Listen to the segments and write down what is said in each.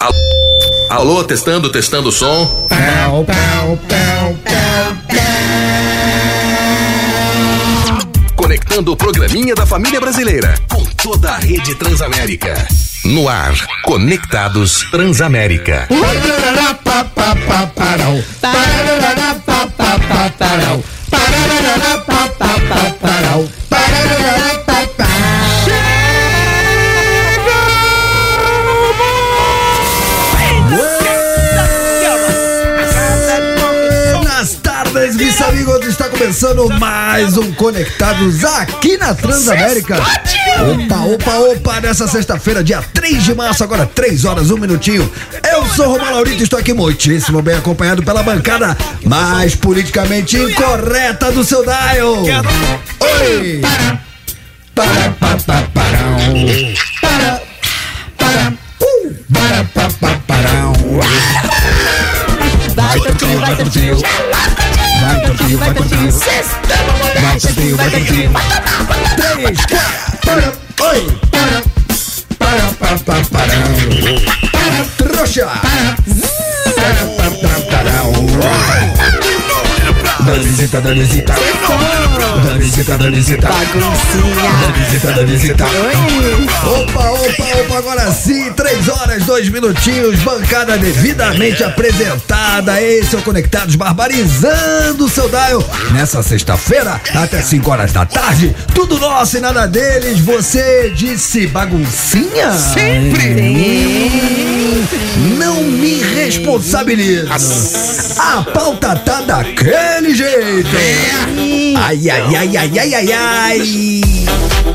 Alô, alô, testando, testando o som. Pau, pau, pau, pau, Conectando o programinha da família brasileira com toda a rede Transamérica. No ar, Conectados Transamérica. Pararapapapapau. Pararapapapapau. Pararapapapapau. Pararapapapá. Nas tardes, mis amigos, está começando mais um Conectados aqui na Transamérica. Opa, opa, opa, nessa sexta-feira, dia 3 de março, agora 3 horas, 1 minutinho. Eu sou Romão Laurito e estou aqui muitíssimo bem acompanhado pela bancada mais politicamente incorreta do seu Dial. Oi! Parapapaparau. Para- para- uh, parapapaparau. Vai, Tortinho, vai, Tortinho. Vai, Tortinho, vai, Tortinho. Vai, Tortinho, vai, Tortinho. Três, quatro, para- oi, para- parapapaparau. Trouxa! Parapapaparau. Danisita, Danisita. Danisita, Danisita. Danisita, Danisita. Opa, opa, opa, agora sim, três horas, dois minutinhos, bancada devidamente apresentada, esse é o Conectados Barbarizando o seu Daio, nessa sexta-feira, até 5 horas da tarde, tudo nosso e nada deles, você disse baguncinha? Não me responsabilizo, a pauta tá daquele jeito, ai, ai, ai, ai, ai, ai, ai,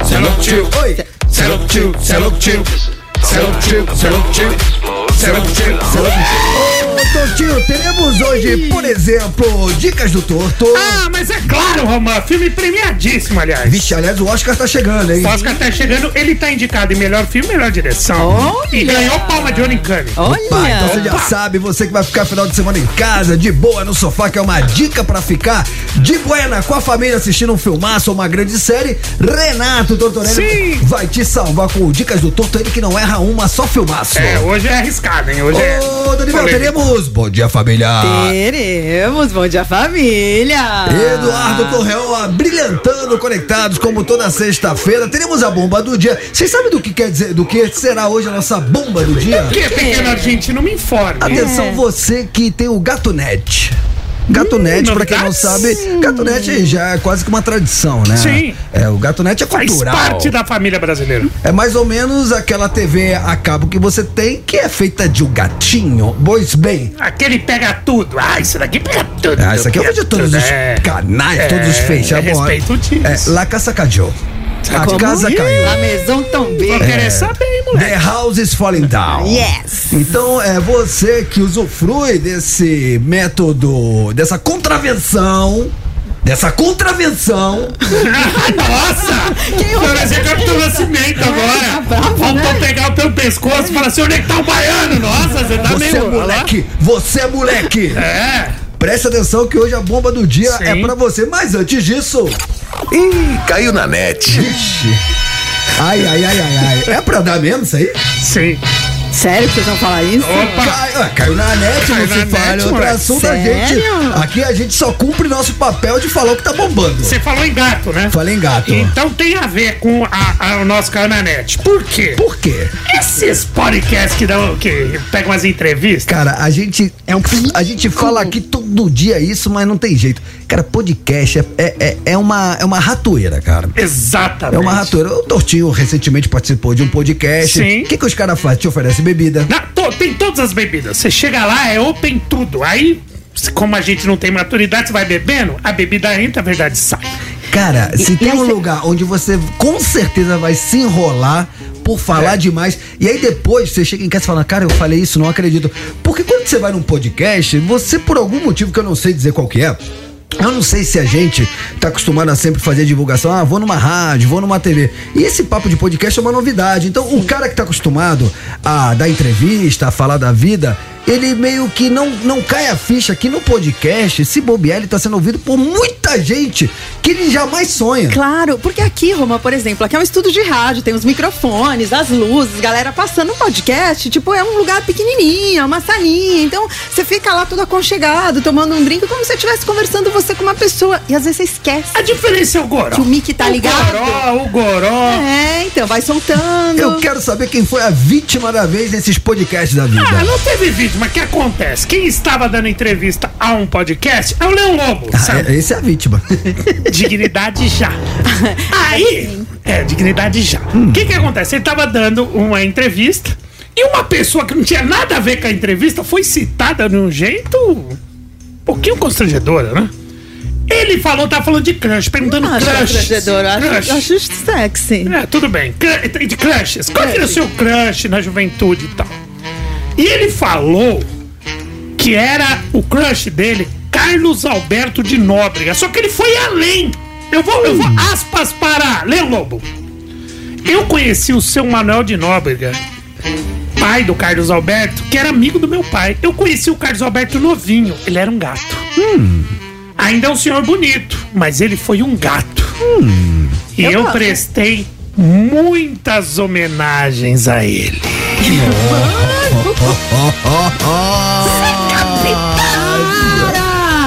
Cê é louco, tio. oi. Cê é louco, tio. Cê é louco, tio. Cê é louco, tio. Cê é louco, tio. Cê é louco, tio. Cê é louco, tio. Ô, Tortinho, teremos hoje, por exemplo, Dicas do Torto. Ah, mas é claro, Romã, filme premiadíssimo, aliás. Vixe, aliás, o Oscar tá chegando, hein? O Oscar tá chegando, ele tá indicado em melhor filme, melhor direção. E ganhou palma de ouro em Cannes. Pá, então você já sabe, você que vai ficar final de semana em casa, de boa no sofá, que é uma dica pra ficar de buena com a família assistindo um filmaço ou uma grande série, Renato Tortorelli Sim. vai te salvar com o Dicas do Torto, ele que não erra uma, só filmaço. É, hoje é arriscado, hein? Hoje é. Ô, Daniel, polêmico. teremos Bom Dia Família. Teremos, bom dia família! Ah. Eduardo Correia brilhantando conectados como toda sexta-feira. Teremos a bomba do dia. Vocês sabem do que quer dizer, do que será hoje a nossa bomba do dia? Porque pequeno argentino me informa. Atenção, você que tem o Gatonete. Gatonete, pra quem não Hum, novidades? sabe, Gatonete já é quase que uma tradição, né? Sim. É, o Gatonete é Faz cultural. parte da família brasileira. É mais ou menos aquela TV a cabo que você tem, que é feita de um gatinho. Pois bem, Aquele pega tudo. Ah, isso daqui pega tudo. Ah, isso aqui eu vou de todos os É. canais, todos os É, fechados. respeito disso. Tá É, La Casa Caiu. A Como? casa caiu. A maison também. Vou É. querer saber, hein, moleque. The House is Falling Down. Yes. Então é você que usufrui desse método, dessa contravenção, dessa contravenção. Ah, Nossa! Parece que Capitão Nascimento Ah, tá agora. Faltou né? pegar o teu pescoço e falar assim, onde é que tá o baiano? Nossa, você tá Você é meio... olha lá. moleque, você é moleque. É. Preste atenção que hoje a bomba do dia Sim. é pra você. Mas antes disso, Ih, caiu na net. ixi. Ai, ai, ai, ai, ai. É pra dar mesmo isso aí? Sim. Sério que vocês vão falar isso? Opa. Cai- ah, caiu na net, Caiu não se na fala. é net, Outro moleque. assunto a Sério? gente. Aqui a gente só cumpre nosso papel de falar o que tá bombando. Você falou em gato, né? Falei em gato. Então tem a ver com a- a- o nosso Cananete. Por quê? Por quê? Esses podcasts que dão. que pegam as entrevistas. Cara, a gente. É um A gente fala aqui todo dia isso, mas não tem jeito. Cara, podcast é, é, é- é uma, é uma ratoeira, cara. Exatamente. É uma ratoeira. O Tortinho recentemente participou de um podcast. Sim. O que, que os caras fazem? Te oferecem bebida. Na- to- tem todas as bebidas. Você chega lá, é open tudo. Aí, se- como a gente não tem maturidade, você vai bebendo, a bebida entra, a verdade sai. Cara, se e tem aí um cê- lugar onde você com certeza vai se enrolar por falar demais. E aí depois você chega em casa e fala, cara, eu falei isso, não acredito. Porque quando você vai num podcast, você, por algum motivo que eu não sei dizer qual que é. Eu não sei se a gente tá acostumado a sempre fazer divulgação. Ah, vou numa rádio, vou numa TV. E esse papo de podcast é uma novidade. Então, o cara que tá acostumado a dar entrevista, a falar da vida, ele meio que não, não cai a ficha aqui no podcast. Se bobear, ele tá sendo ouvido por muita gente que ele jamais sonha. Claro, porque aqui, Roma, por exemplo, aqui é um estúdio de rádio, tem os microfones, as luzes, galera passando um podcast, tipo, é um lugar pequenininho, é uma salinha, então você fica lá todo aconchegado, tomando um drink, como se você estivesse conversando você com uma pessoa, e às vezes você esquece A diferença é o goró. que o mic tá O ligado. goró, o goró. É, então, vai soltando. Eu quero saber quem foi a vítima da vez nesses podcasts da vida. Ah, não teve vítima, o que acontece? Quem estava dando entrevista a um podcast é o Leão Lobo. Ah, sabe? é- esse é a vítima. é? Dignidade já. Aí, é, dignidade já. O que que acontece? Ele tava dando uma entrevista e uma pessoa que não tinha nada a ver com a entrevista foi citada de um jeito um pouquinho constrangedora, né? Ele falou, tava falando de crush, perguntando acho crush. constrangedor, é eu acho, crush. eu acho sexy. É, tudo bem. Cru- De crushes. Qual que era o seu crush na juventude e tal? E ele falou que era o crush dele, Carlos Alberto de Nóbrega. Só que ele foi além. Eu vou, eu vou aspas para Lê Lobo. Eu conheci o seu Manuel de Nóbrega, pai do Carlos Alberto, que era amigo do meu pai. Eu conheci o Carlos Alberto novinho. Ele era um gato. Ainda é um senhor bonito, mas ele foi um gato. E eu, Eu gosto. prestei muitas homenagens a ele.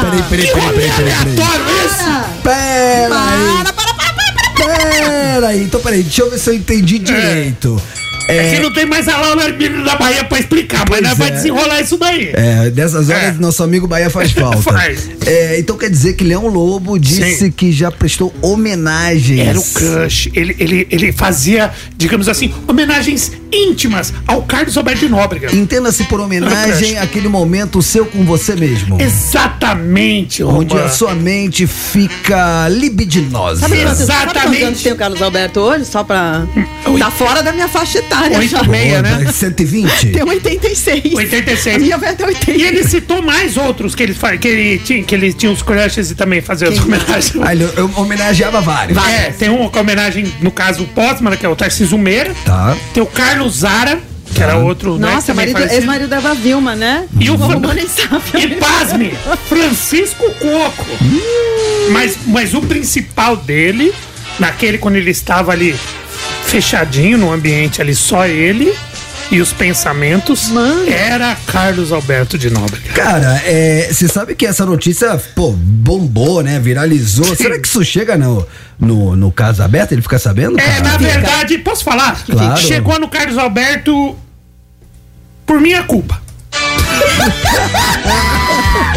Peraí, peraí, peraí, peraí, peraí, peraí. Adoro isso! Peraí, Para, para, para, para, para. peraí. Então, peraí, deixa eu ver se eu entendi direito. É que não tem mais a Laura Hermínio da Bahia pra explicar, mas nós é. vai desenrolar isso daí. É, dessas horas, É. nosso amigo Bahia faz falta. Faz. É, então quer dizer que Leão Lobo disse Sim. que já prestou homenagens. Era o crush. Ele, ele, ele fazia, digamos assim, homenagens íntimas ao Carlos Alberto de Nóbrega. Entenda-se por homenagem crush. aquele momento seu com você mesmo. Exatamente, Onde Romã. a sua mente fica libidinosa. Sabe quantos, Exatamente. sabe quantos anos tem o Carlos Alberto hoje? Só pra. Oi. Tá fora da minha faixa etária Oito já. e meia, né? 120? Tem um 86. 86. A minha vai até 80. E ele citou mais outros que ele, fa- que ele, tinha, que ele tinha os crushes e também fazia as homenagens. Ah, ele- eu homenageava vários. É, tem uma homenagem, no caso, o Pósmara, que é o Tarcísio Meira. Tá. Tem o Carlos Zara, que era outro. né, Nossa, também marido, falecido. ex-marido da Eva Vilma, né? E o Vamos Fran- nem sabe. E pasme, Francisco Coco. Mas, mas o principal dele, naquele quando ele estava ali fechadinho no ambiente ali, só ele e os pensamentos, Mano. era Carlos Alberto de Nóbrega. Cara, é, você sabe que essa notícia, pô, bombou, né? Viralizou. Será que isso chega no, no, no caso aberto? Ele fica sabendo? É, cara? na verdade, posso falar? Claro. Chegou no Carlos Alberto por minha culpa.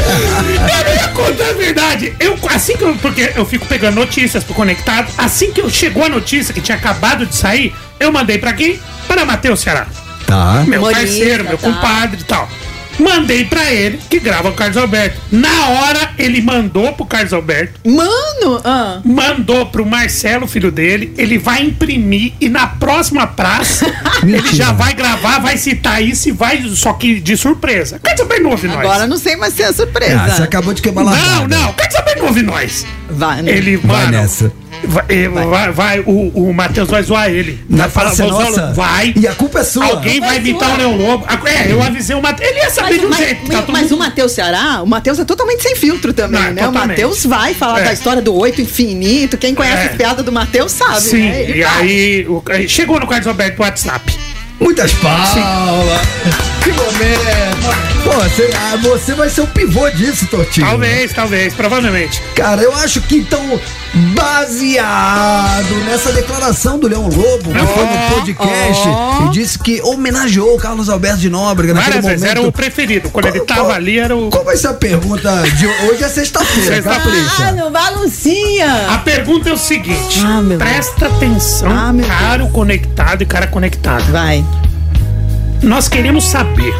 eu não ia contar a é verdade. Eu, assim que eu, porque eu fico pegando notícias pro conectado, assim que eu chegou a notícia que tinha acabado de sair, eu mandei pra quem? Para Matheus Ceará. Tá. Meu Humorista, parceiro, meu tá. compadre e tal. Mandei pra ele, que grava o Carlos Alberto. Na hora, ele mandou pro Carlos Alberto Mano! Ah. mandou pro Marcelo, filho dele, ele vai imprimir e na próxima praça ele Mentira. já vai gravar, vai citar isso e vai, só que de surpresa. Quer saber não ouve nós? Agora não sei mais se é surpresa. Ah, você acabou de queimar a não, largada. não, quer saber não ouve nós? Vai, né? Ele, Hum, Vai mano, nessa. Vai, eh, vai, vai, o, o Matheus vai zoar ele. Na Vai falar, praça é "Vou zoar o nossa. Lobo." Vai. E a culpa é sua. Alguém vai Vai imitar o zoar. Leão Lobo. Ah, É, eu avisei o Matheus. Ele ia saber Mas, de um mas- jeito. tá mas- todo mas mundo- o Matheus Ceará, o Matheus é totalmente sem filtro também, Não, é né? totalmente. O Matheus vai falar É. da história do oito infinito. Quem conhece É. as piadas do Matheus sabe, Sim, né? Ele e vai. aí o- chegou no Carlos Alberto WhatsApp. Muitas palmas. Que momento. Pô, você, ah, você vai ser o pivô disso, Tortinho. Talvez, talvez, provavelmente. Cara, eu acho que então, baseado nessa declaração do Leão Lobo, que foi no podcast, e disse que homenageou o Carlos Alberto de Nóbrega naquele Várias vezes, momento. era o preferido. Quando ele Qual- tava qual- ali, era o. Qual vai ser a pergunta de hoje? É sexta-feira, Sexta- Ah, capricha. não balancinha! A pergunta é o seguinte: Ah, meu presta atenção, Ah, meu caro conectado e cara conectado. Vai. Nós queremos saber,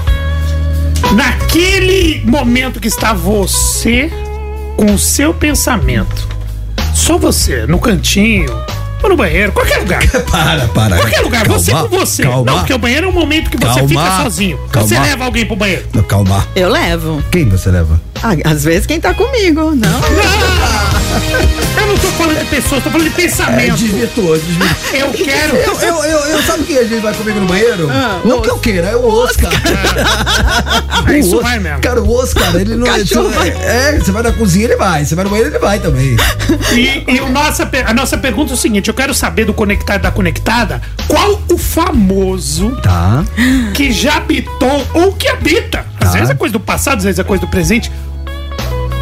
naquele momento que está você com o seu pensamento, só você, no cantinho, ou no banheiro, qualquer lugar. Para, para. Qualquer lugar, você com Calma, você. Calma. Não, porque o banheiro é um momento que você Calma. fica sozinho. Você Calma. leva alguém pro banheiro. Não, calma. Eu levo. Quem você leva? Ah, às vezes quem tá comigo, não? Eu não tô falando de pessoas, tô falando de É, pensamento. desvirtuou, desvirtuou. Eu quero. Eu, eu, eu, eu- sabe quem às vezes vai comigo no banheiro? Ah, não que eu queira, é o Oscar. É, O isso Oscar- vai mesmo. Cara, o Oscar, ele não. Cachorro é, é, você vai na cozinha, ele vai. Você vai no banheiro, ele vai também. E, e o nossa, pe- a nossa pergunta é o seguinte: eu quero saber do Conectado da Conectada qual o famoso Tá. que já habitou ou que habita. Às vezes é coisa do passado, às vezes é coisa do presente.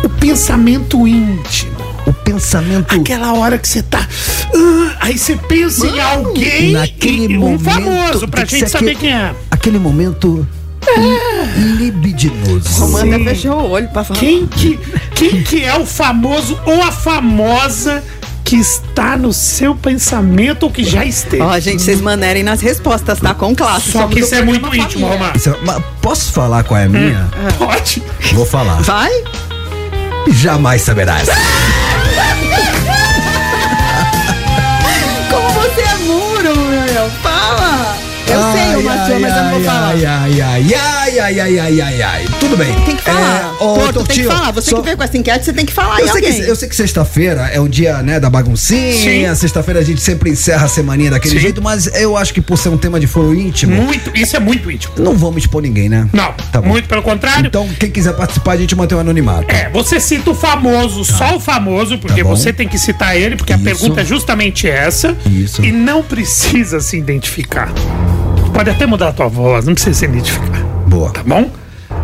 O pensamento íntimo. O pensamento. Aquela hora que você tá. ah, aí você pensa em alguém. Naquele e- um momento. famoso, pra tem que gente ser saber aquele- quem é. Aquele momento. li- Libidinoso. Amanda Sim. fechou o olho pra falar. Quem que, quem que é o famoso ou a famosa que está no seu pensamento ou que já esteve? Ó, gente, vocês manerem nas respostas, tá? Com classe. Só somos que do isso é muito programa íntimo, Família. Romar. Isso é- mas Posso falar qual é a minha? Hum. Pode. Vou falar. Vai? Jamais saberás. Como você é muro, meu! Fala! Eu sei Ai, o Matheus, ai, mas eu não vou ai, falar. Ai, ai, ai, ai, ai, ai, ai, ai, ai. Tudo bem. Tem que falar. É, Pô, ô, tu tem que Tortinho, falar. Você só- que veio com essa enquete, você tem que falar em Eu sei, alguém. que, eu sei que sexta-feira é o dia, né, da baguncinha. Sim. Sexta-feira a gente sempre encerra a semaninha daquele Sim. jeito, mas eu acho que por ser um tema de foro Hum. íntimo, Muito, isso é muito íntimo. não vamos expor ninguém, né? Não, Tá bom. muito pelo contrário. Então, quem quiser participar, a gente mantém o anonimato. É, você cita o famoso, só o famoso, porque Tá bom. você tem que citar ele, porque Isso. a pergunta é justamente essa. Isso. E não precisa se identificar. Pode até mudar a tua voz, não precisa se identificar, Boa. tá bom?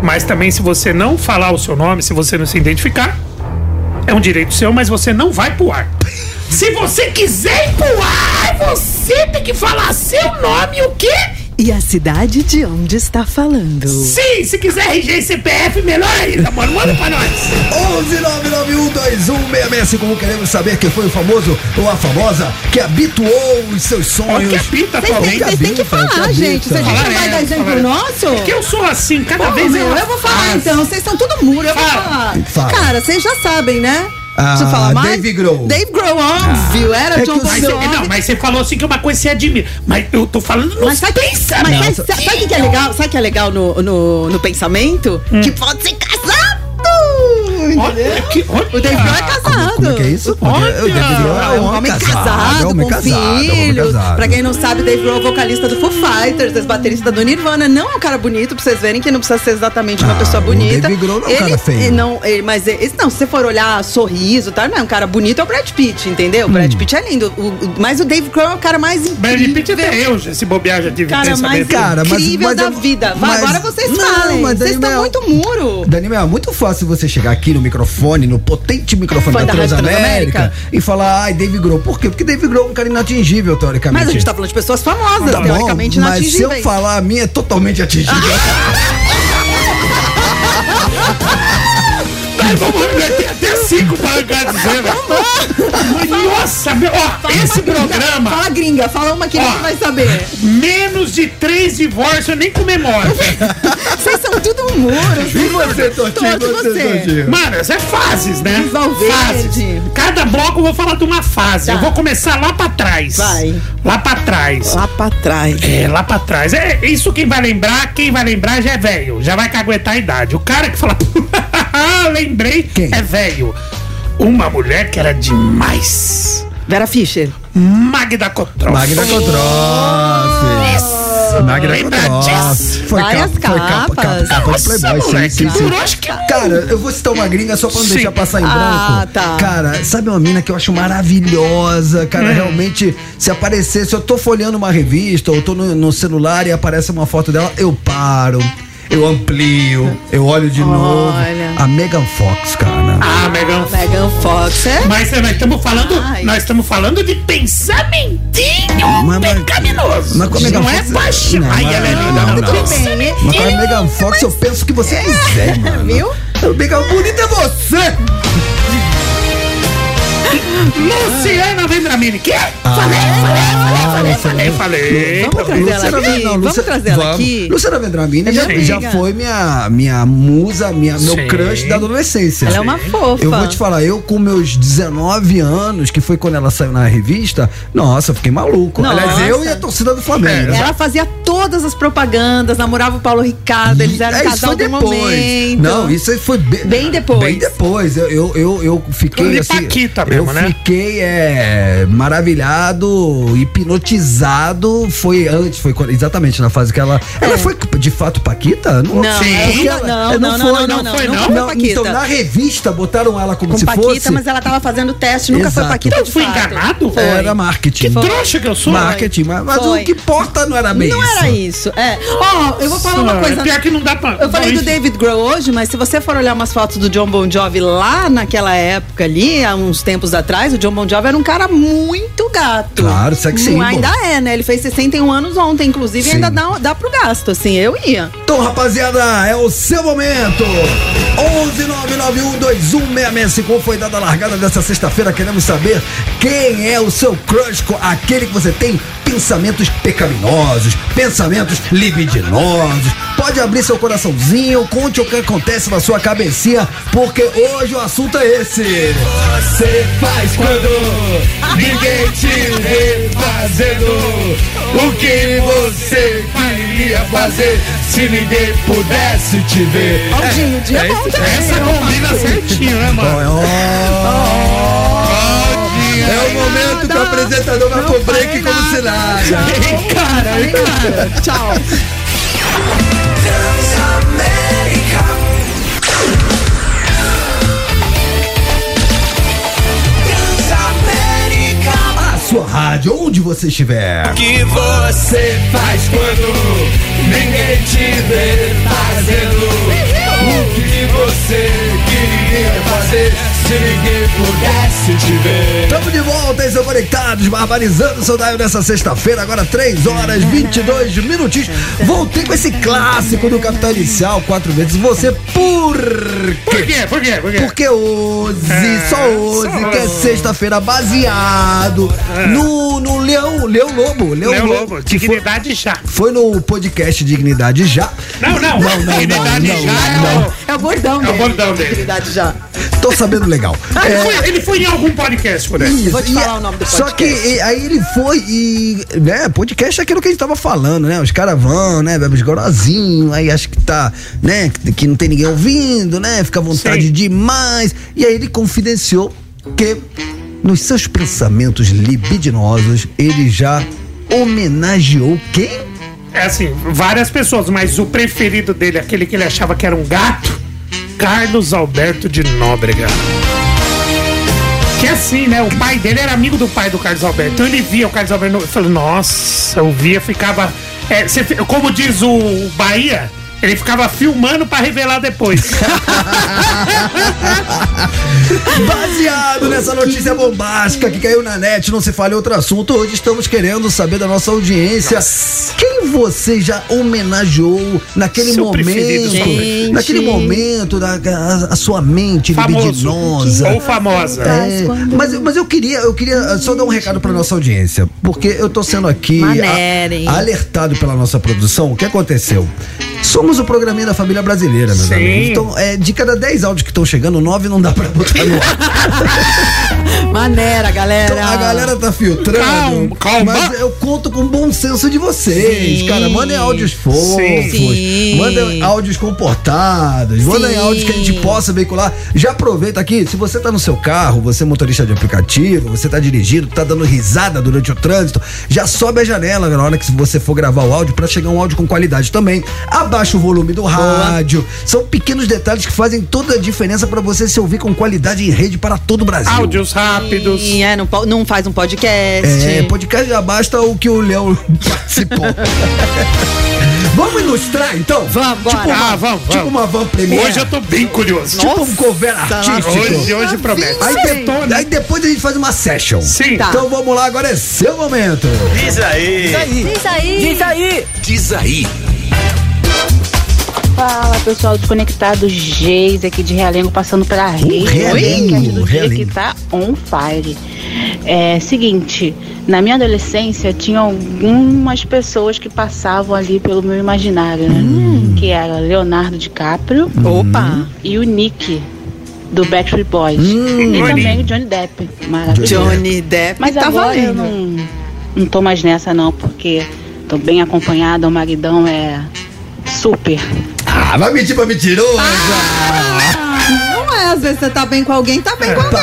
Mas também se você não falar o seu nome, se você não se identificar, é um direito seu, mas você não vai pro ar. Se você quiser ir pro ar, você tem que falar seu nome e o quê? E a cidade de onde está falando? Sim, se quiser RG e CPF, melhor ainda, mano. Manda pra nós. 11991216651, queremos saber quem foi o famoso ou a famosa que habituou os seus Olha que apita sonhos. Vocês têm, atualmente. vocês têm que habita, que falar, habita. gente. Vocês não Falar vai é, dar exemplo falar é. nosso? Porque eu sou assim, cada Pô, vez Ah, meu, eu vou falar então, vocês são todo muro, eu vou Fala. falar. Fala. Cara, vocês já sabem, né? Ah, Deixa eu falar mais. Dave Grohl. Dave Grohl, óbvio. Era é John que o Bon Mas seu- Jovi. você, não, mas você falou assim que uma coisa você admira. Mas eu tô falando no Mas sabe, pensamento. mas sabe- sabe o que, que é legal? Sabe o que é legal no, no, no pensamento? Hum. Que pode ser casado! Olha que. Olha. O Dave Grohl é casado. Como é que é isso? Olha! Eu devo dizer, É um homem casado, é um homem com casado, é um homem filhos. casado. Pra quem não sabe, Dave Grohl é o vocalista do Foo Fighters, ex-baterista do Nirvana. Não é um cara bonito, pra vocês verem que não precisa ser exatamente uma Ah, pessoa o bonita. Dave Grohl não é um Ele- cara feio. ele não, ele- mas ele- não, se você for olhar sorriso, tá? Não é um cara bonito, é o Brad Pitt, entendeu? O Brad Hum. Pitt é lindo. O- o- mas o Dave Grohl é o cara mais incrível. Brad Pitt até eu, já- se bobear, já tive Cara, mais pensamento. Cara, mas- é incrível mas da eu- vida. Vai, mas- agora vocês Não, falem. mas Vocês Daniel- estão muito muro. Danilo, é muito fácil você chegar aqui no microfone, no potente microfone Foi da da, Rádio Transamérica, Transamérica. e falar, ai, Dave Grohl. Por quê? Porque Dave Grohl é um cara inatingível, teoricamente. Mas a gente tá falando de pessoas famosas, Tá bom, teoricamente mas se eu inatingíveis. falar a minha é totalmente atingível. é Mas vamos meter até cinco pra cá dizer, velho. Nossa, meu, ó, esse programa, Fala gringa, fala uma que Ó. ninguém vai saber. menos de três divórcios, eu nem comemoro. Vocês são tudo um muro. E você, Totinho? Todos Você, você. Totinho? Mano, essas é fases, né? Viva o verde. Fases. Cada bloco eu vou falar de uma fase. Tá. Eu vou começar lá pra trás. Vai. Lá pra trás. Lá pra trás. É, lá pra trás. É, isso quem vai lembrar, quem vai lembrar já é velho. Já vai caguetar a idade. O cara que fala, "Ah, lembrei, Quem? é velho. Uma mulher que era demais. Vera Fischer. Magda Cotrol. Magda Kotroff. Magda Lembra Kotroff. disso? Foi Várias capa, capa, capas. capa de Playboy. sim, moleque, sim, sim. durou, acho que é Cara, eu vou citar uma gringa só pra não Sim. deixar passar em branco. Ah, tá. Cara, sabe uma mina que eu acho maravilhosa? Hum. Cara, realmente, se aparecer, se eu tô folheando uma revista ou tô no, no celular e aparece uma foto dela, eu paro. Eu amplio, eu olho de novo. Olha. A Megan Fox, cara. Ah, Megan. Megan Fox, é? Mas é, nós estamos falando, Ai. nós estamos falando de pensamentinho Mas- mas- pecaminoso. mas com a Megan não é Fox- baixo. não, Ai, mas- ela é linda, não, não, não. não. é Mas com a um Megan Fox, eu penso o que você quiser, mano. Viu? O Megan Bonita é você! Luciana Vendramini. Que? Falei, falei, falei, falei, falei. Vamos trazer ela Luciana aqui. Vendramini, não, Vamos Lucia- trazer ela vamos. aqui. É Luciana Vendramini já, minha já amiga. foi minha, minha musa, minha, meu Sim. crush da adolescência. Ela é uma fofa. Eu vou te falar, eu com meus 19 anos, que foi quando ela saiu na revista, nossa, eu fiquei maluco. Nossa. Aliás, eu e a torcida do Flamengo. Ela fazia todas as propagandas, namorava o Paulo Ricardo, eles eram um É, isso casal foi do momento. Não, isso aí foi bem, Bem depois. Bem depois. Eu, eu, eu, eu fiquei. Ele assim, paquita mesmo, eu né? fiquei é, maravilhado, hipnotizado. Foi antes, foi quando- exatamente na fase que ela. Ela foi de fato Paquita? É. assim, Não, ela porque nunca- não, não, não, foi, não, não, foi, não. foi Paquita. Então, na revista botaram ela como Com se Paquita, fosse. mas ela tava fazendo teste, nunca foi Exato. Então Paquita Eu de fui fato. enganado? Foi. Era marketing. Que Trouxa que eu sou. marketing, mas, mas Foi. o que importa não era bem Não isso. era isso, é. Ó, eu vou falar uma Nossa, coisa. né? Pior que não dá pra... Eu falei não, do David Grohl hoje, mas se você for olhar umas fotos do John Bon Jovi lá naquela época ali, há uns tempos atrás, o John Bon Jovi era um cara muito gato. Claro, sex symbol. Não, Ainda é, né? Ele fez 61 anos ontem, inclusive, e Sim. ainda dá, dá pro gasto, assim. Eu ia. Então, rapaziada, é o seu momento. 11991216665 foi dada a largada dessa sexta-feira. Queremos saber quem é o seu crush, co- aquele que você tem pensamentos pecaminosos, pensamentos libidinosos. Pode abrir seu coraçãozinho, conte o que acontece na sua cabecinha, porque hoje o assunto é esse. Você faz quando ninguém te vê fazendo o que você queria fazer se ninguém pudesse te ver. Ó, o dia, o dia é, bom também. Essa combina certinho, né, mano? É o momento que o apresentador vai pro break como se nada. Ei, cara, ei, cara. Tchau. A sua rádio, onde você estiver. que você faz quando ninguém te vê fazendo o que você queria fazer se ninguém pudesse te ver. Estamos de volta, eles são conectados, barbarizando o saudável nessa sexta-feira, agora 3 horas 22 minutinhos. Voltei com esse clássico do Capital Inicial, quatro vezes você, por Por quê? Por quê? Por quê? porque hoje, É, só hoje, só que é hoje. sexta-feira, baseado no, no Leão, Leão Lobo, Leão, Meu Lobo, lobo, que foi, dignidade já. foi no podcast Dignidade Já. Não, não, não, não, dignidade não, já não, é o- É o bordão É dele. o bordão dele. Habilidade já. Tô sabendo legal. Ele, foi, ele foi em algum podcast, por aí. Isso, Vou te e falar a- o nome do Só que podcast. e- aí ele foi e. Né, podcast é aquilo que a gente tava falando, né? Os caras vão, né? Bebe os gorozinhos, aí acho que tá, né? Que, que não tem ninguém ouvindo, né? Fica à vontade Sim. demais. E aí ele confidenciou que nos seus pensamentos libidinosos ele já homenageou quem? É assim, várias pessoas, mas o preferido dele, aquele que ele achava que era um gato, Carlos Alberto de Nóbrega. Que assim, né? O pai dele era amigo do pai do Carlos Alberto. Então ele via o Carlos Alberto. no- Eu falei, nossa, eu via, ficava. é, você fi- como diz o Bahia, ele ficava filmando pra revelar depois. Baseado nessa notícia bombástica que caiu na net, não se fale outro assunto. Hoje estamos querendo saber da nossa audiência quem você já homenageou naquele Seu preferido, momento, gente. naquele momento, na, a, a sua mente Famoso. Ou libidinosa. famosa. É, mas, mas eu queria, eu queria só dar um recado pra nossa audiência, porque eu tô sendo aqui Manerem. a- alertado pela nossa produção. O que aconteceu? Somos o programinha da família brasileira, meus Sim. amigos. Então, é, de cada 10 áudios que estão chegando, 9 não dá pra botar no ar. Maneira, galera. Então, a galera tá filtrando. Calma, calma. Mas eu conto com o bom senso de vocês, Sim. cara. Mandem áudios fofos. Sim. Mandem áudios comportados. Mandem Sim. áudios que a gente possa veicular. Já aproveita aqui, se você tá no seu carro, você é motorista de aplicativo, você tá dirigindo, tá dando risada durante o trânsito, já sobe a janela na hora que você for gravar o áudio pra chegar um áudio com qualidade também. Abaixa o volume do rádio. São pequenos detalhes que fazem toda a diferença pra você se ouvir com qualidade em rede para todo o Brasil. Áudios rápidos. Sim, é, não, po- não faz um podcast. É, podcast já basta o que o Léo participou. vamos ilustrar então? Vamos, bora. Tipo uma, Ah, vamos, tipo vamos. uma van premiere. Hoje eu tô bem curioso. Ah, Tipo um cover artístico. Hoje, hoje promete. Aí, de- Detona. aí depois a gente faz uma session. Sim. Tá. Então vamos lá, agora é seu momento. Diz aí. Diz aí. Diz aí. Fala, pessoal do Conectado Geis aqui de Realengo, passando pela rede. Realengo, Enquete do dia Realengo. é que tá on fire. É, seguinte, na minha adolescência tinha algumas pessoas que passavam ali pelo meu imaginário, né? Que era Leonardo DiCaprio Opa! e o Nick do Backstreet Boys. E Johnny. também o Johnny Depp. Maravilhoso. Johnny Depp Mas tá agora eu valendo. não, não tô mais nessa não, porque tô bem acompanhada, o maridão é super. Ah, vai mentir pra mentirosa. Não é, às vezes você tá bem com alguém, tá bem com alguém.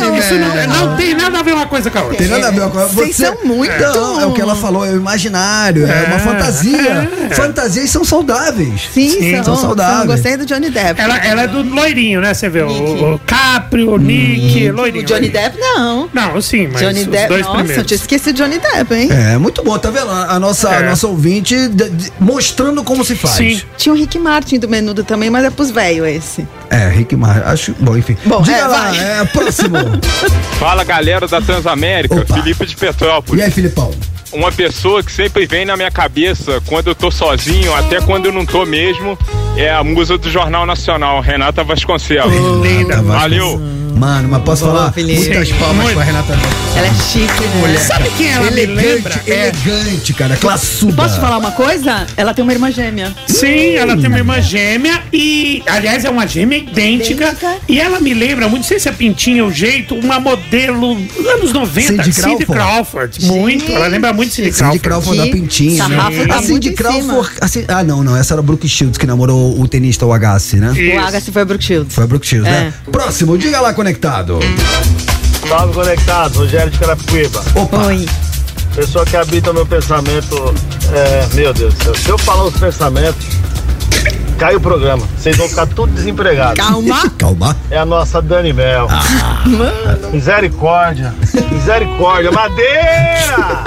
Dani Isso não- Mello. Não tem nada a ver uma coisa com a outra. Tem nada a ver com a- Vocês você. são muito- Não, é o que ela falou, é o imaginário, é, uma fantasia. Fantasias são saudáveis. Sim, Sim, são, são saudáveis. Gostei do Johnny Depp. Ela, ela é do loirinho, né? Você vê o, o Caprio, o Nick, loirinho. o Johnny loirinho. Depp, não. Não, sim, mas Johnny os Depp, dois nossa, eu primeiros. tinha esquecido Johnny Depp, hein? É, muito bom, tá vendo? A a nossa, a É. nossa ouvinte de- de- mostrando como se faz. Sim. Tinha o Rick Martin do Menudo também, mas é pros velhos esse. É, Rick Mar, acho. Bom, enfim. Bom, Diga é, lá, vai. é próximo. Fala galera da Transamérica, Opa. Felipe de Petrópolis. e aí, Filipão? Uma pessoa que sempre vem na minha cabeça quando eu tô sozinho, até quando eu não tô mesmo, é a musa do Jornal Nacional, Renata Vasconcelos. Linda. Tá, vai. Valeu! Mano, mas posso Boa, falar? Felipe. Muitas palmas Muito. pra Renata. Ela é chique, né? Sabe quem ela me lembra? Elegante, É, elegante, cara. Classuda. Posso te falar uma coisa? Ela tem uma irmã gêmea. É, Sim, ela tem uma irmã gêmea e, aliás, é uma gêmea idêntica. Idêntica. E ela me lembra, muito, não sei se é pintinha o jeito, uma modelo anos 90, Cindy Cindy Crawford. Crawford. Muito, ela lembra muito Cindy Cindy Crawford. Crawford Que da Pintinha. né? sarrafo tá a Cindy muito em Crawford. a Cin- ah, não, não. Essa era a Brooke Shields que namorou o tenista, o Agassi, né? O Isso. Agassi foi a Brooke Shields. Foi a Brooke Shields, É. né? Próximo, diga lá, conectado. Salve conectados, Rogério de Carapicuíba. Opa. Oi. Pessoa que habita meu pensamento. É, meu Deus do céu, se eu falar os pensamentos, cai o programa. Vocês vão ficar tudo desempregados. Calma. Calma. É a nossa Dani Mel. Ah. Misericórdia. Misericórdia. Madeira!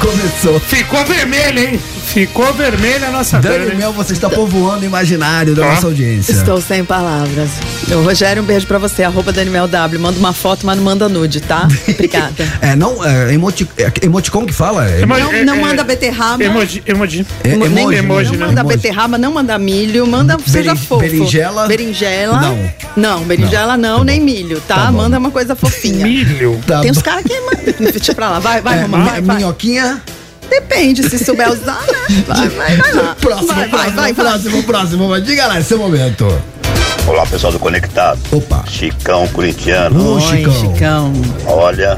Começou. Ficou vermelha, hein? Ficou vermelha a nossa Dani Dani. Mel, você está povoando o imaginário da né? Tá. nossa audiência. Estou sem palavras. Então, Rogério, um beijo pra você. Arroba Daniel W. Manda uma foto, mas não manda nude, tá? Obrigada. É, não, é, emoti, é, emoticon que fala? É, Emo- é- Não, não é- manda beterraba. Emoji, emoji. é, Nem- emoji, emoji, não né? manda beterraba, não manda milho, manda seja fofo. berinjela? Berinjela. Não. Não, berinjela não, nem milho, tá? Tá bom. manda uma coisa fofinha. Milho. Tá Tem bom. uns caras que mandam. Deixa pra lá. Vai, vai, É, Romão, vai, mi- vai. minhoquinha. Depende, se souber usar, né? Vai, vai, vai lá. Próximo, vai, vai, próximo, vai, vai. próximo, próximo. Mas diga lá, esse é o momento. Olá pessoal do Conectado, Opa. Chicão Corintiano. Ô, Oi, Chicão. Chicão. Olha,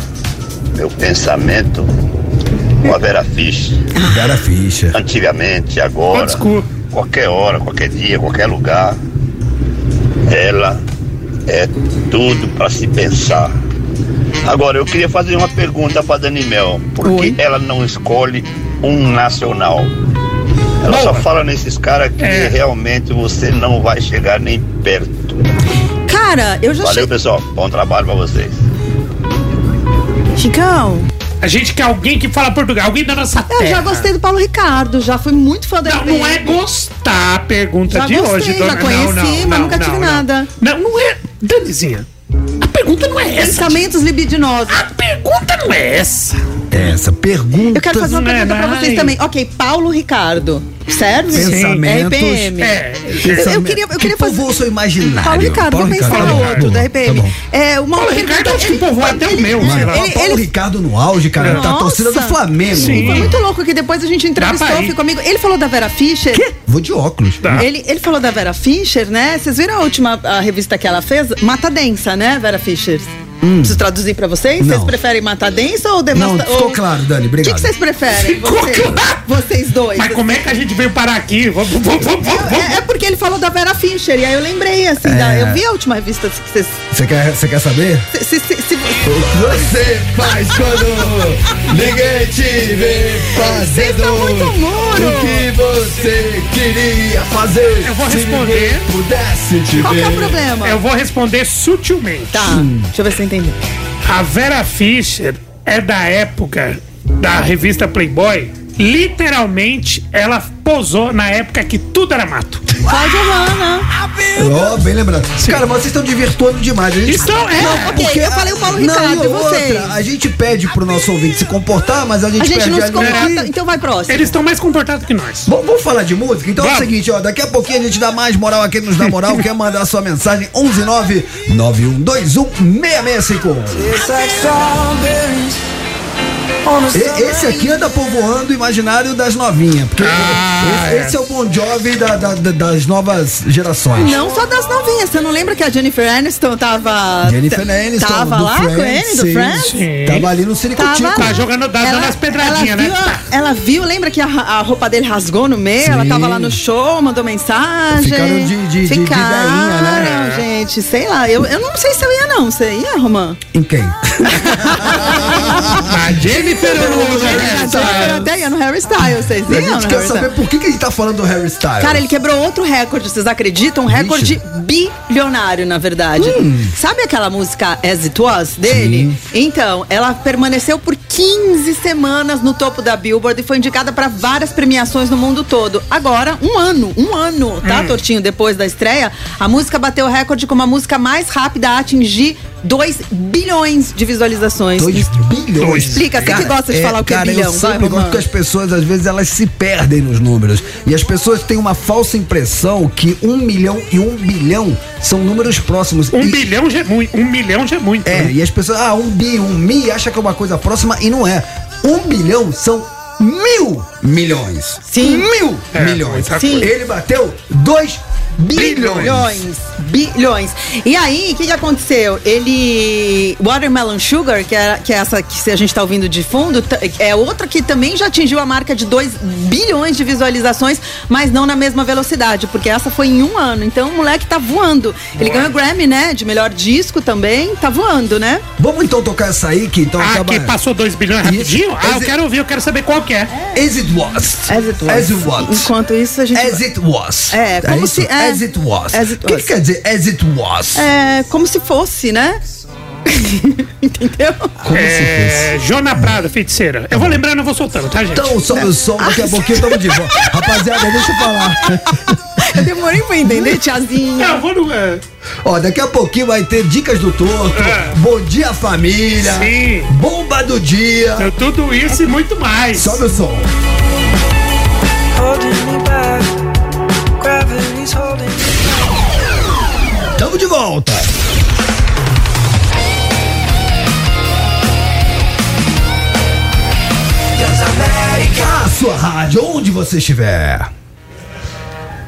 meu pensamento com a Vera Fisch. Libera a ficha. Antigamente, agora, Old school. qualquer hora, qualquer dia, qualquer lugar, ela é tudo para se pensar. Agora, eu queria fazer uma pergunta para Dani Mel. Por que Oi. ela não escolhe um nacional? Ela só fala nesses caras que É. realmente você não vai chegar nem perto. Cara, eu já Valeu, cheguei. pessoal. Bom trabalho para vocês. Chicão, A gente quer alguém que fala português, alguém da nossa eu terra. já gostei do Paulo Ricardo, já fui muito fã dele. Não, não é gostar a pergunta Já de gostei, hoje, já dona. conheci, mas nunca tive nada. Não, não é. Danizinha, a pergunta não é essa. Pensamentos libidinosos. A pergunta não é essa. Essa pergunta. Eu quero fazer uma Não é pergunta pra vocês mais. também. Ok, Paulo Ricardo. Serve? Pensamentos. RPM. É. Eu, eu queria, eu queria que fazer. povoa o seu imaginário. Paulo Ricardo, vou pensar Paulo outro Ricardo. da RPM. Tá bom. é, uma Paulo outra Ricardo, pergunta- acho que povoou até o meu, sei lá. É, Ele- Paulo ele- Ricardo no auge, cara. Tá a Nossa. torcida do Flamengo. Sim. Foi muito louco que depois a gente Dá entrevistou, pra ir. ficou comigo. Ele falou da Vera Fischer. Vou de óculos. Tá. Ele, ele falou da Vera Fischer, né? Vocês viram a última a revista que ela fez? Mata Densa, né, Vera Fischer? Preciso traduzir pra vocês? Hum. Não. Vocês preferem Mata Densa ou Não, Devasta... ficou ou- claro, Dani. O que, Obrigado. que vocês preferem? Ficou vocês, claro. vocês dois. Mas como é que a gente veio parar aqui? Vamos, vamos, vamos, vamos, É, é porque ele falou da Vera Fischer, e aí eu lembrei, assim, da- eu vi a última revista que vocês. Você quer, você quer saber? se- se- se- se- O que você faz quando ninguém te vê Vocês fazendo estão tá muito muro. o que você queria fazer? Eu vou se responder. ninguém pudesse te Qual que é ver. o problema? Eu vou responder sutilmente. Tá, deixa eu ver se eu entendi. A Vera Fischer é da época da revista Playboy Literalmente, ela posou na época que tudo era mato. Fala, Giovana. Ó, bem lembrado. Cara, mas vocês estão desvirtuando demais. A gente... Então, é. Não, ok, eu falei o Paulo Não, Ricardo, e e você? outra, a gente pede pro nosso ouvinte se comportar, mas Tipo, é a gente, A gente perde não se energia. comporta, então vai próximo. Eles estão mais comportados que nós. Vamos, vamos falar de música? Então é o Vamos. seguinte, ó, daqui a pouquinho a gente dá mais moral a quem nos dá moral, quer mandar sua mensagem 119-9121-665. E- Esse aqui anda povoando o imaginário das novinhas, porque esse, esse é o Bon Jovi da- da- da- das novas gerações. Não só das novinhas. Você não lembra que a Jennifer Aniston tava. Jennifer Aniston, tá- Tava do lá Friends, com ele, do sim. Friends? Sim. Tava ali no Ciricutico. Tá jogando- dá- dando umas pedradinhas, ela né? viu, Tá. a- Ela viu, lembra que a, ra- a roupa dele rasgou no meio? Ela Sim. tava lá no show, mandou mensagem. Ficaram de- de- de- de veinha, né? Ficaram, gente. Sei lá, eu, eu não sei se eu ia, não. Você ia, Romã? Em quem? Ah, A Jennifer eu não uso A essa. Jennifer até ia no Harry Styles, vocês né? A iam no gente quer Harry Styles? saber por que, que a gente tá falando do Harry Styles. Cara, ele quebrou outro recorde, vocês acreditam? Um recorde bilionário, na verdade. Sabe aquela música As It Was dele? Então, ela permaneceu por 15 semanas no topo da Billboard e foi indicada para várias premiações no mundo todo. Agora, um ano, um ano, tá, Tortinho? Depois da estreia, a música bateu o recorde como a música mais rápida a atingir 2 bilhões de visualizações. 2 bilhões. Explica, você que gosta de falar o que é cara, bilhão, Eu vai, sempre gosto Romano. que as pessoas, às vezes, elas se perdem nos números. E as pessoas têm uma falsa impressão que um milhão e um bilhão são números próximos. Um E- bilhão já é muito. Um milhão já é muito. É, né? e as pessoas, ah, um bi, um mi, acha que é uma coisa próxima e não é. Um bilhão são mil milhões. Sim. Mil É, milhões. muita Sim. coisa. Ele bateu dois bilhões. Bilhões, bilhões. E aí, o que, que aconteceu? Ele. Watermelon Sugar, que é, que é essa que se a gente tá ouvindo de fundo, t- é outra que também já atingiu a marca de 2 bilhões de visualizações, mas não na mesma velocidade, porque essa foi em um ano. Então o moleque tá voando. Ele ganhou Grammy, né? De melhor disco também. Tá voando, né? Vamos então tocar essa aí que então Ah, acaba. que passou 2 bilhões rapidinho? Isso. Ah, eu Esse- quero ouvir, eu quero saber qual que é. As it was. As it was. As it was. Enquanto isso, a gente. As it was. Tipo, É, como isso? se- é. As it was. As it O que, was. que quer dizer as it was? É como se fosse, né? Entendeu? Como se fosse. É, Jona Prada, feiticeira. Eu vou lembrando, eu vou soltando, tá, gente? Então, sobe o som, daqui a pouquinho tamo de volta. Rapaziada, deixa eu falar. Eu demorei pra entender, tiazinha. Não, eu vou no. é, Ó, daqui a pouquinho vai ter dicas do torto. É. Bom dia, família. Sim. Bomba do dia. eu- Tudo isso e muito mais. Sobe o som. Tamo de volta. A sua rádio, onde você estiver.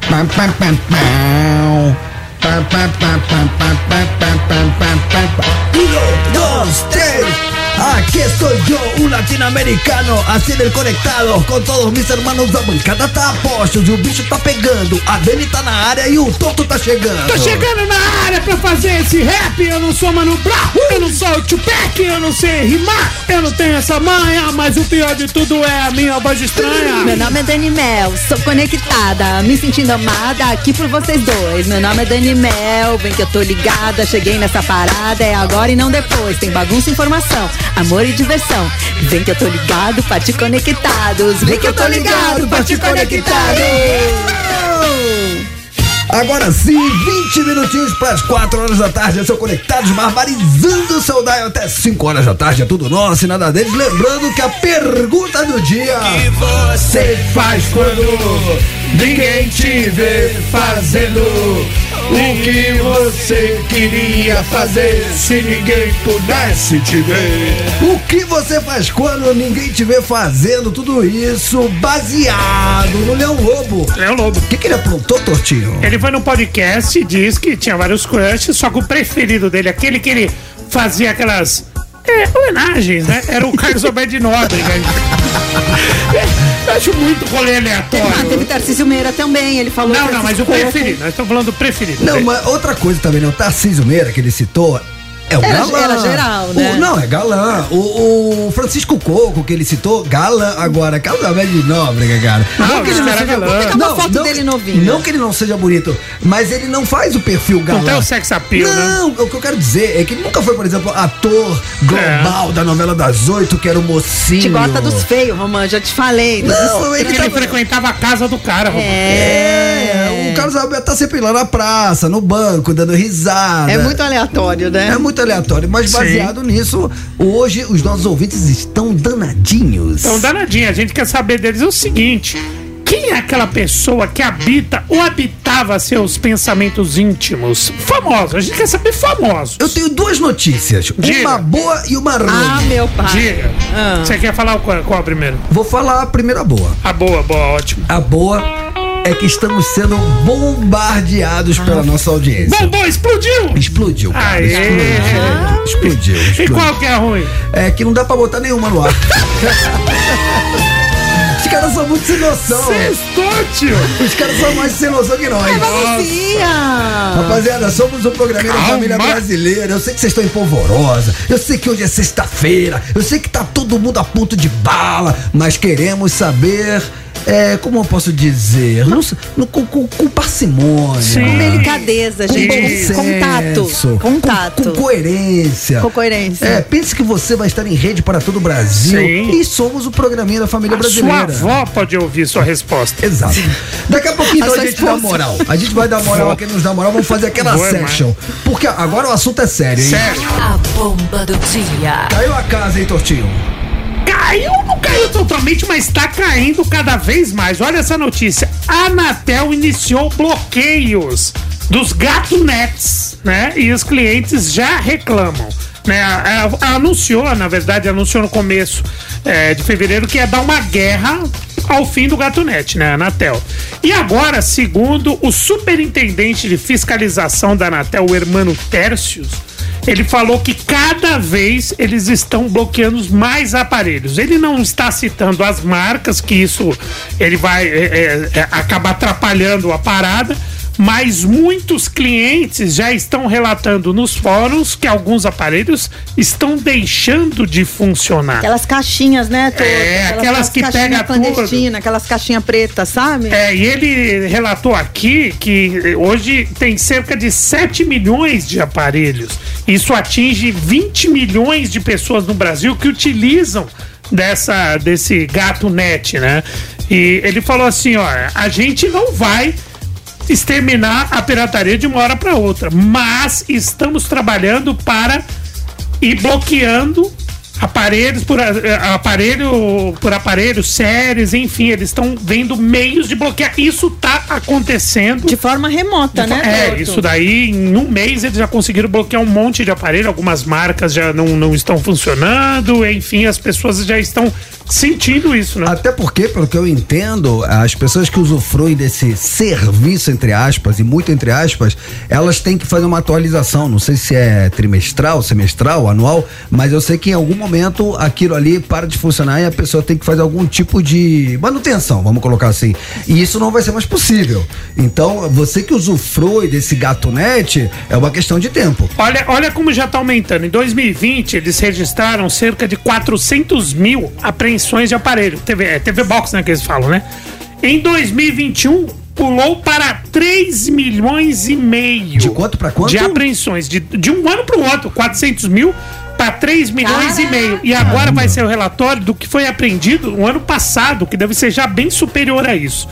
Pam, pam, pam, pam. Pam, pam, pam, pam, pam, pam, pam, pam, pam, pam, pam. Uno, dos, tres. Aquí estoy yo, un latinoamericano, así del conectado, con todos mis hermanos da bancada tá a postos e o bicho tá pegando, a Dani tá na área e o Toto tá chegando. Tô chegando na área pra fazer esse rap. Eu não sou Mano Brown, eu não sou o Tupac, eu não sei rimar, eu não tenho essa manha, mas o pior de tudo é a minha voz Meu estranha. nome é Dani Mel, sou conectada, me sentindo amada aqui por vocês dois. Meu nome é Dani Mel, vem que eu tô ligada, cheguei nessa parada, é agora e não depois. Tem bagunça e informação, amor e diversão. Vem que eu tô ligado, pra te conectados. Vem que eu tô ligado, pra te conectados. Agora sim, 20 minutinhos para as 4 horas da tarde. São conectados, barbarizando o seu dial até 5 horas da tarde. É tudo nosso e nada deles. Lembrando que a pergunta do dia. Você faz quando ninguém te vê fazendo o que você queria fazer se ninguém pudesse te ver. O que você faz quando ninguém te vê fazendo tudo isso baseado no Leão Lobo? Léo Lobo. O que, que ele aprontou, Tortinho? Ele foi num podcast e disse que tinha vários crushes, só que o preferido dele, aquele que ele fazia aquelas é, homenagens, né? Era o Carlos Alberto de Nóbrega. Eu acho muito rolê Ah, teve aleatório. Tarcísio Meira também, ele falou. Não, não, mas o Francisco Coco. preferido. Nós estamos falando do preferido. Não, dele. mas outra coisa também, né? O Tarcísio Meira que ele citou. É o Era- galã. era geral, O- né? não, é galã. O, o Francisco Coco, que ele citou, galã agora. Casamento de Nóbrega, cara. Ah, Não, esse cara é galã. Vou pegar uma foto dele novinho. Não que ele não seja bonito, mas ele não faz o perfil galã. Não tem o sex appeal, né? Não, o que eu quero dizer é que ele nunca foi, por exemplo, ator global da novela das oito, que era o mocinho. É. Te gosta dos feios, Romã, já te falei. Não, Porque ele ele tá... frequentava a casa do cara, Romano. É, o Carlos Alberto tá sempre lá na praça, no banco, dando risada. É muito aleatório, né? É muito aleatório, mas baseado nisso, hoje os nossos ouvintes estão danadinhos. Então, danadinha, a gente quer saber deles o seguinte: quem é aquela pessoa que habita ou habitava seus pensamentos íntimos? Famosos, a gente quer saber famosos. Eu tenho duas notícias, Diga. uma boa e uma ruim. Ah, meu pai. Diga. Ah. Você quer falar qual, qual primeiro? Vou falar a primeira boa. A boa, boa, ótimo. A boa é que estamos sendo bombardeados pela nossa audiência. Bombom, explodiu! Explodiu, cara. Ah. Aê! Explodiu. Explodiu, E explodiu. qual que é a ruim? É que não dá pra botar nenhuma no ar. Os caras são muito sem noção. Sextou, tio! Os caras são mais sem noção que É, nós. Lucia! Rapaziada, somos um programinha da Calma. família brasileira. Eu sei que vocês estão em polvorosa. Eu sei que hoje é sexta-feira. Eu sei que tá todo mundo a ponto de bala. Mas queremos saber. é, como eu posso dizer? Não sei, no- com, com- com parcimônia. Sim. Delicadeza, Com gente. bom Com senso. Contato. Contato. Com coerência. Com coerência. É, pense que você vai estar em rede para todo o Brasil. Sim. E somos o programinha da família A sua brasileira. avó pode ouvir sua resposta. Exato. Daqui a pouquinho então, A a sua gente dá esposa. moral. A gente vai dar moral a quem nos dá moral. Vamos fazer aquela Boa, session. Porque agora o assunto é sério, hein? Sério? A bomba do dia. Caiu a casa, hein, Tortinho? Caiu, não caiu totalmente, mas tá caindo cada vez mais. Olha essa notícia. A Anatel iniciou bloqueios dos gato nets, né? E os clientes já reclamam. Né, A- a- anunciou, na verdade, anunciou no começo eh, de fevereiro que ia dar uma guerra ao fim do gato net, né, Anatel. E agora, segundo o superintendente de fiscalização da Anatel, o Hermano Tércios, ele falou que cada vez eles estão bloqueando mais aparelhos. Ele não está citando as marcas, que isso ele vai é, é, é, acabar atrapalhando a parada, mas muitos clientes já estão relatando nos fóruns que alguns aparelhos estão deixando de funcionar. Aquelas caixinhas, né? Tô, É, aquelas que caixinhas pega tudo. clandestinas, aquelas caixinhas pretas, sabe? É, e ele relatou aqui que hoje tem cerca de 7 milhões de aparelhos. Isso atinge 20 milhões de pessoas no Brasil que utilizam dessa, desse gato net, né? E ele falou assim: ó, a gente não vai exterminar a pirataria de uma hora para outra, mas estamos trabalhando para e bloqueando aparelhos por eh, aparelho por aparelho, séries, enfim, eles estão vendo meios de bloquear. Isso tá acontecendo. De forma remota, né? É, Toto? isso daí, em um mês eles já conseguiram bloquear um monte de aparelho, algumas marcas já não, não estão funcionando, enfim, as pessoas já estão sentindo isso, né? Até porque, pelo que eu entendo, as pessoas que usufruem desse serviço, entre aspas, e muito entre aspas, elas têm que fazer uma atualização. Não sei se é trimestral, semestral, anual, mas eu sei que em algum momento aquilo ali para de funcionar e a pessoa tem que fazer algum tipo de manutenção, vamos colocar assim. E isso não vai ser mais possível. Então, você que usufrui desse gatunete, é uma questão de tempo. Olha, olha como já está aumentando. Em 2020, eles registraram cerca de 400 mil apreensões de aparelho. TV, é, TV Box, né, que eles falam, né? Em 2021, pulou para 3 milhões e meio. De quanto pra quanto? De apreensões. De, de um ano para o outro, 400 mil para 3 milhões e meio. E agora vai ser o relatório do que foi apreendido no ano passado, que deve ser já bem superior a isso.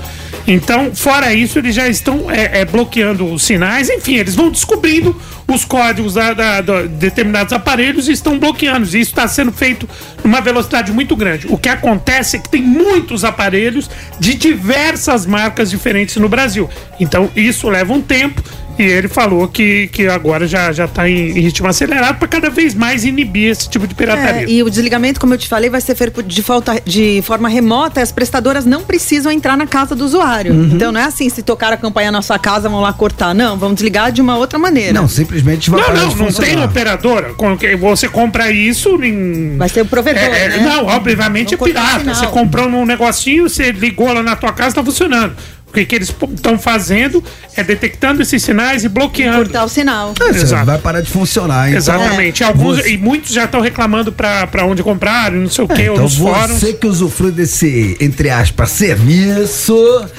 Então, fora isso, eles já estão é, é, bloqueando os sinais. Enfim, eles vão descobrindo os códigos da, da- da- determinados aparelhos e estão bloqueando. E isso está sendo feito numa velocidade muito grande. O que acontece é que tem muitos aparelhos de diversas marcas diferentes no Brasil. Então, isso leva um tempo. E ele falou que, que agora já, já tá em, em ritmo acelerado para cada vez mais inibir esse tipo de É, pirataria. e o desligamento, como eu te falei, vai ser feito de, falta- de forma remota. e As prestadoras não precisam entrar na casa do usuário. Uhum. Então não é assim, se tocar a campanha na sua casa, vão lá cortar. Não, vamos desligar de uma outra maneira. Não, simplesmente vai Não, parar não, de não funcionar. tem operadora. Com que Você compra isso em. Vai ser o provedor, É, é, né? Não, obviamente Não é pirata. cortou o sinal. Você comprou num negocinho, você ligou lá na tua casa, tá funcionando. O Porque o que eles estão fazendo é detectando esses sinais e bloqueando. Cortar o sinal. É, você Exato. vai parar de funcionar, então. Exatamente. É. Alguns, Você- E muitos já estão reclamando pra, pra onde comprar, não sei o quê, ou Então nos um fóruns. você que usufrui desse, entre aspas, serviço,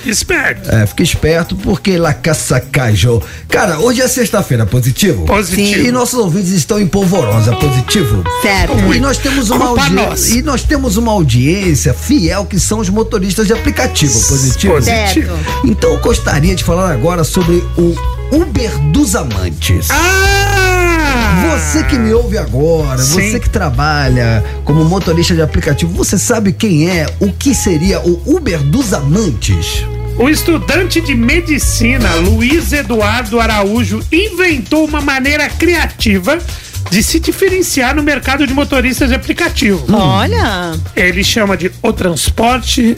Esperto. é, fica esperto porque lá caça cajou. Cara, hoje é sexta-feira, positivo? Positivo. E nossos ouvintes estão em polvorosa, positivo? Certo. E nós temos uma Culpa audiência. nossa. E nós temos uma audiência fiel que são os motoristas de aplicativo, positivo. Certo. Então eu gostaria de falar agora sobre o Uber dos Amantes. Ah! Você que me ouve agora, Sim. você que trabalha como motorista de aplicativo, você sabe quem é o que seria o Uber dos amantes? O estudante de medicina Luiz Eduardo Araújo inventou uma maneira criativa de se diferenciar no mercado de motoristas de aplicativo. Olha, Ele chama de o transporte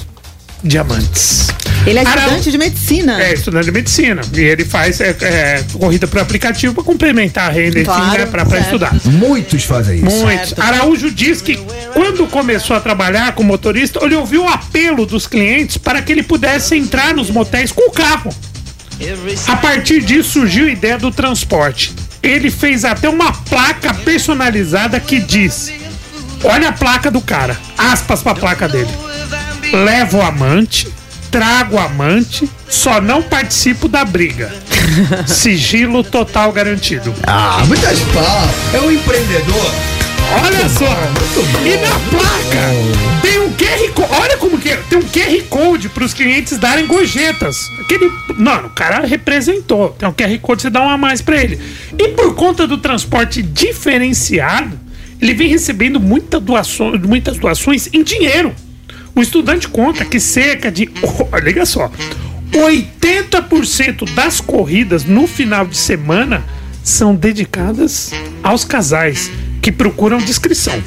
diamantes. ele é Araú- estudante de medicina. É, estudante de medicina. E ele faz é, é, corrida por aplicativo para complementar a renda Claro, para pra certo. estudar. Muitos fazem isso. Muitos. Certo. Araújo diz que quando começou a trabalhar como motorista, ele ouviu o apelo dos clientes para que ele pudesse entrar nos motéis com o carro. A partir disso surgiu a ideia do transporte. Ele fez até uma placa personalizada que diz: Olha a placa do cara, aspas pra placa dele. Levo o amante, trago o amante, só não participo da briga. Sigilo total garantido. Ah, muitas palavras. É um empreendedor. Olha só! bom, E na placa tem um QR Code. Olha como que é. Tem um QR Code pros clientes darem gorjetas. Aquele. Mano, o cara representou. Tem um QR Code, você dá uma a mais pra ele. E por conta do transporte diferenciado, ele vem recebendo muita doação, muitas doações em dinheiro. O estudante conta que cerca de. Olha só. 80% das corridas no final de semana são dedicadas aos casais que procuram descrição.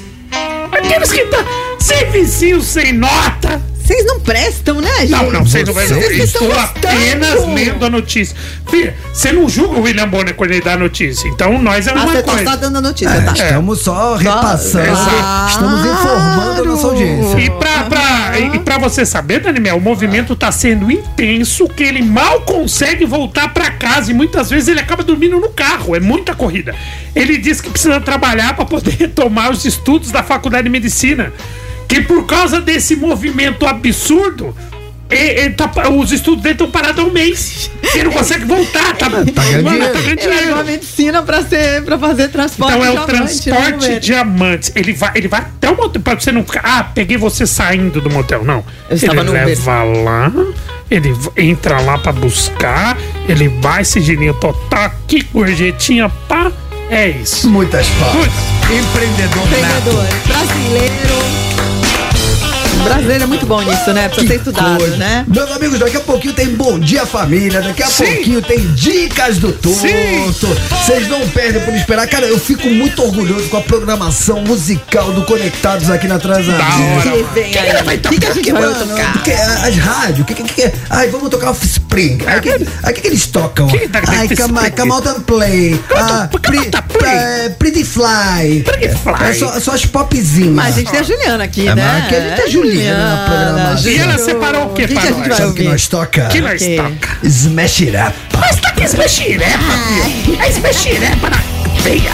Aqueles que tá sem vizinho, sem nota. Vocês não prestam, né, gente? Não, não, você não vai Vocês ver. que estão Estou apenas gastando. lendo a notícia. Filha, você não julga o William Bonner quando ele dá a notícia. Então nós é Ah, uma você tá coisa. só dando a notícia, É. tá? Estamos Ah, só repassando. Exato. Estamos informando a nossa audiência. E pra, pra- e- e pra você saber, Daniel, o movimento tá sendo intenso que ele mal consegue voltar pra casa e muitas vezes ele acaba dormindo no carro. É muita corrida. Ele diz que precisa trabalhar pra poder retomar os estudos da faculdade de medicina. Que por causa desse movimento absurdo, e- ele tá pa- os estudos dele estão parados há um mês. Ele não consegue voltar. Tá, tá ganhando dinheiro. ganhando Ele largou É a dinheiro. medicina pra, ser, pra fazer transporte Então é o diamante, transporte né, Uber? diamantes. Ele vai, ele vai até o motel. Pra você não ficar. Ah, peguei você saindo do motel. Não. Eu estava ele no Uber. leva lá, ele v- entra lá pra buscar, ele vai, sigilinho total, que tá gorjetinha, pá. É isso. Muitas palavras. Empreendedor nato. Empreendedor, brasileiro. Brasileiro é muito bom nisso, né? Precisa ser estudado, Coisa. né? Meus amigos, daqui a pouquinho tem Bom Dia Família, daqui a Sim. pouquinho tem Dicas do Torto. Sim. Vocês não perdem por esperar. Cara, eu fico muito orgulhoso com a programação musical do Conectados aqui na Transamérica. Da hora. Que vem aí. O que, que a gente Porque, vai mano, tocar? porque a- é? as rádios, que, que, que, que- ai, vamos tocar Offspring. Aí que, aí que, que eles tocam? Que que tá- ai, que- come, Offspring? come out and play. Ah, out- come out and pre- play. eh, Pretty Fly. Pretty Fly. É só, só as popzinhas. Mas a gente tem a Juliana aqui, É, né? mas aqui a gente tem a Juliana na programação. E ela separou o quê O que, que pra a nós? gente vai Sabe o que ouvir? nós toca? Que nós Ok. toca. Smash it up. Mas tá com esmexirepa, filho. É esmexirepa na veia.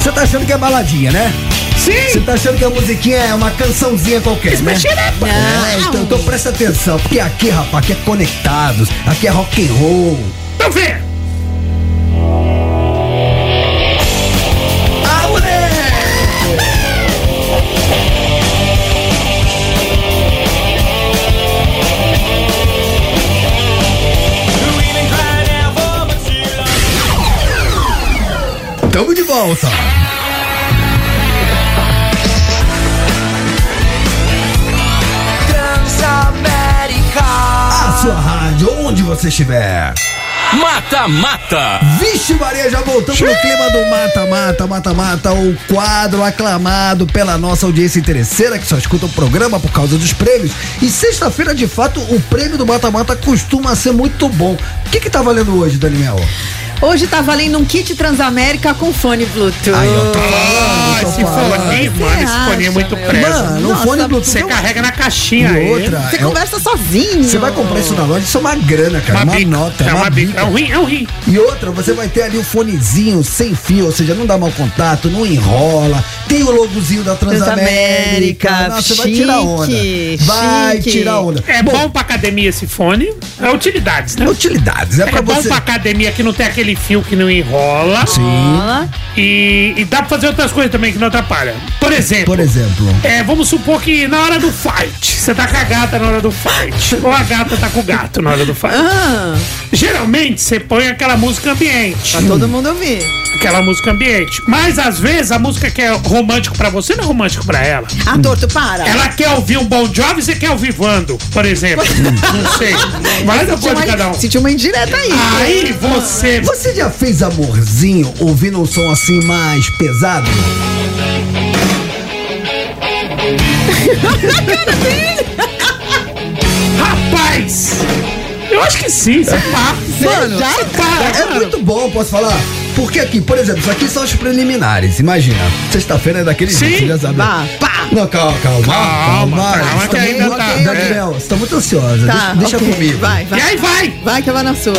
Você tá achando que é baladinha, né? Você Sim! tá achando que a musiquinha é uma cançãozinha qualquer, né? Esmexirepa! É, então, então presta atenção, porque aqui, rapaz, aqui é conectados, aqui é rock and roll. Então vê! Ah, moleque! Tamo de volta. A sua rádio, onde você estiver. Mata, mata. Vixe Maria, já voltamos no clima do mata-mata, mata-mata, o quadro aclamado pela nossa audiência interesseira que só escuta o programa por causa dos prêmios. E sexta-feira, de fato, o prêmio do mata-mata costuma ser muito bom. O que que tá valendo hoje, Daniel? Hoje tá valendo um kit Transamérica com fone Bluetooth. Aí, eu tô falando, Ah, eu tô esse fone é muito presa. Mano, um fone Bluetooth. Você é um- carrega na caixinha E aí. outra. Você é um- conversa sozinho. Você vai comprar isso na loja, isso é uma grana, cara. Uma, bica. nota, É uma bica. bica. É um rim, é um rim. E outra, você vai ter ali o fonezinho sem fio, ou seja, não dá mau contato, não enrola. Tem o logozinho da Transamérica. Transamérica, Nossa, você vai tirar onda. chique, Vai chique. tirar onda. É bom, pra academia esse fone. É utilidades, né? Utilidades, é, É pra bom você. pra academia que não tem aquele fio que não enrola. Fala. E, e dá pra fazer outras coisas também que não atrapalha. Por exemplo, Por exemplo. é, vamos supor que na hora do fight, você tá com a gata na hora do fight. ou a gata tá com o gato na hora do fight. Ah, Geralmente você põe aquela música ambiente. pra todo mundo ouvir. Aquela música ambiente. Mas às vezes a música que é romântico pra você não é romântico pra ela. Ah, torto, para. Ela quer ouvir um Bon Jovi, você quer ouvir Vando, por exemplo. não sei. Vai da Sentiu coisa de cada um. Ah, uma, sentiu uma indireta aí. Aí você Você já fez amorzinho ouvindo um som assim mais pesado? Rapaz! Eu acho que sim, você tá. pá. Mano, já? você tá para, é mano. muito bom, posso falar? Porque aqui, por exemplo, isso aqui são os preliminares, imagina. Sexta-feira é daquele Sim. jeito, já sabe. Pá, pá. Não, calma, calma. Calma, calma, Você que tá ainda muito- tá, Gabriel, você tá muito ansiosa. Tá, deixa deixa ok, comigo. Vai, vai. E aí vai! Vai que eu vou na sua.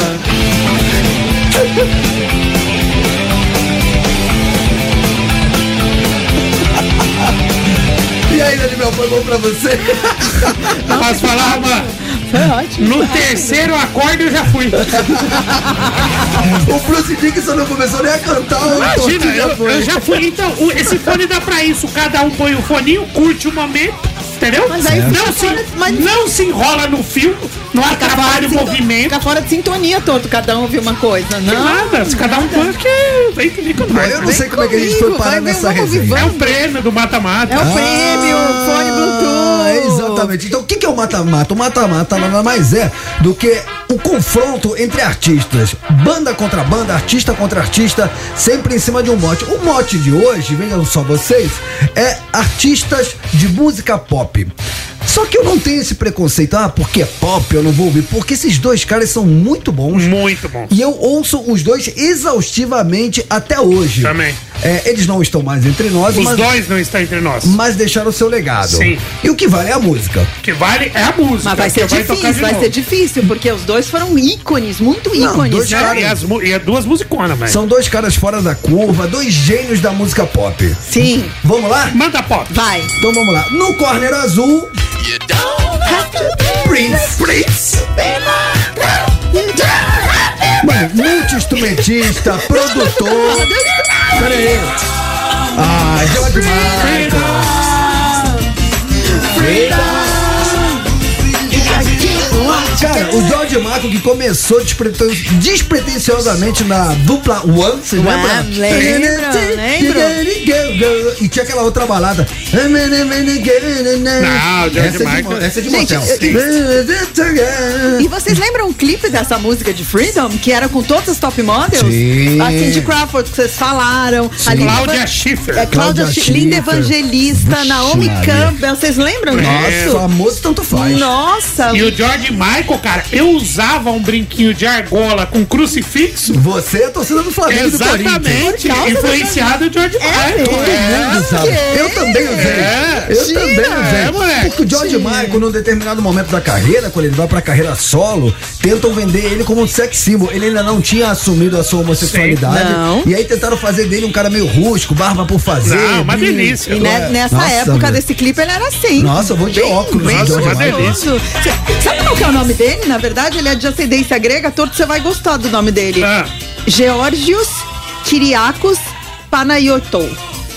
E aí, Gabriel, foi bom pra você? Posso falar uma? Foi ótimo. No terceiro acorde eu já fui. o Bruce Dickinson não começou nem a cantar. o Imagina, Tortinho já eu, foi. eu já fui. Então, o- esse fone dá pra isso. Cada um põe o foninho, curte o momento. Entendeu? Mas aí fica não, se, fora- mas- então. não se enrola no fio, não atrapalha o sinto- movimento. Fica fora de sintonia, torto, cada um ouviu uma coisa, Não, não? nada. Se cada um põe, que vem comigo mais. Eu não sei como é que a gente comigo, foi parar vai ver, nessa vamos resenha. viver. É o prêmio do mata-mata. É o prêmio, fone Bluetooth. Ah. Exatamente. Então, o que que é o mata-mata? O mata-mata nada mais é do que o confronto entre artistas. Banda contra banda, artista contra artista, sempre em cima de um mote. O mote de hoje, vejam só vocês, é artistas de música pop. Só que eu não tenho esse preconceito, ah, porque é pop, eu não vou ouvir. Porque esses dois caras são muito um bons. Muito bom. E eu ouço os dois exaustivamente até hoje. Também. É, eles não estão mais entre nós, Os mas, dois não estão entre nós. mas deixaram o seu legado. Sim. E o que vale é a música. O que vale é a música. Mas vai ser que tocar de difícil, vai novo. ser difícil, porque os dois foram ícones, muito Não, ícones. dois né? caras- E, as, mu- e as duas musiconas, velho. São dois caras fora da curva, dois gênios da música pop. Sim, Vamos lá? Manda pop. vai. Então vamos lá. No corner azul, Prince. Prince. Mano, multi-instrumentista, produtor. Pera aí. Ah, George Michael. Cara, o George Michael que começou despreten despretensiosamente na dupla One, você lembra? lembro, lembro. E tinha aquela outra balada. Não, George essa é de Michael. mo- Essa é de Gente, motel. E vocês lembram o clipe dessa música de Freedom, que era com todos os top models? Sim. A Cindy Crawford, que vocês falaram. A Linda Cláudia Evan- Schiffer. É Cláudia Cláudia Sch- Linda Schiffer. Evangelista, Vixe, Naomi Maria. Campbell. Vocês lembram Nossa, disso? famoso tanto faz. Nossa, E o George Michael, cara, eu usava um brinquinho de argola com crucifixo. Você é torcida do Flamengo e do Corinthians. É, Exatamente. Influenciado do é George Michael. Todo mundo sabe. Eu também usei. É. Eu também usei. é, moleque. Porque o George Michael, num determinado momento da carreira, quando ele vai pra carreira solo, tentam vender ele como um sex symbol. Ele ainda não tinha assumido a sua homossexualidade. Sim. Não. E aí tentaram fazer dele um cara meio rústico, barba por fazer. Não, uma Hum. delícia. E ne- Né, nessa Nossa, época meu. desse clipe ele era assim. Nossa, eu vou de óculos, Bem, Jorge bem Michael. curioso. Cê- Sabe qual que é o nome dele? Na verdade, ele é de ascendência grega, torto você vai gostar do nome dele. Ah. Georgios Kyriakos Panayotou.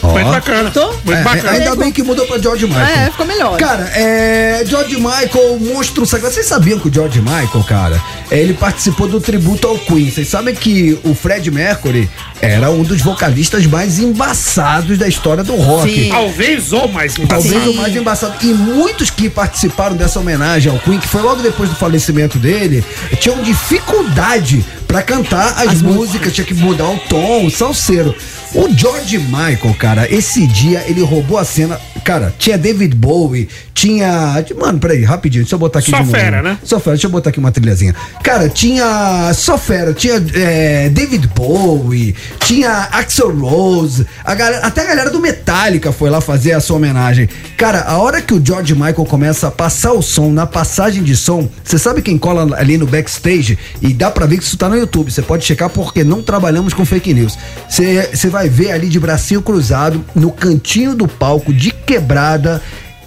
Ó. Muito bacana. Tô? Muito É, bacana. Ainda bem que mudou pra George Michael. É, ficou melhor. Cara, é. George Michael, monstro sagrado. Vocês sabiam que o George Michael, cara, é, ele participou do tributo ao Queen. Vocês sabem que o Fred Mercury era um dos vocalistas mais embaçados da história do rock. Sim. Talvez ou mais um Talvez Sim. o mais embaçado. E muitos que participaram dessa homenagem ao Queen, que foi logo depois do falecimento dele, tinham dificuldade pra cantar as, músicas, tinha que mudar o tom, o salseiro. O George Michael, cara, esse dia ele roubou a cena Cara, tinha David Bowie, tinha. Mano, peraí, rapidinho, deixa eu botar aqui. Só de novo. fera, né? Só fera, deixa eu botar aqui uma trilhazinha. Cara, tinha. Só fera, tinha é, David Bowie, tinha Axel Rose, a galera- até a galera do Metallica foi lá fazer a sua homenagem. Cara, a hora que o George Michael começa a passar o som, na passagem de som, você sabe quem cola ali no backstage? E dá pra ver que isso tá no YouTube, você pode checar porque não trabalhamos com fake news. Você você vai ver ali de bracinho cruzado, no cantinho do palco, de quebrada.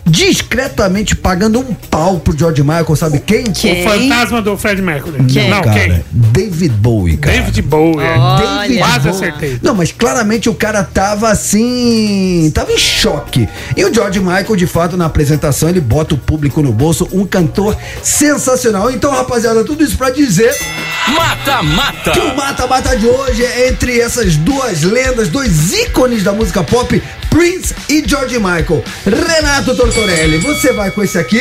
Discretamente pagando um pau pro George Michael, sabe quem? O fantasma do Fred Mercury. Não, Não, cara. quem? David Bowie, cara. David Bowie. David Quase Bowie. acertei. Não, mas claramente o cara tava assim. tava em choque. E o George Michael, de fato, na apresentação, ele bota o público no bolso, um cantor sensacional. Então, rapaziada, tudo isso pra dizer Mata, mata. que o mata-mata de hoje é entre essas duas lendas, dois ícones da música pop, Prince e George Michael. Renato Tortorelli, você vai com esse aqui?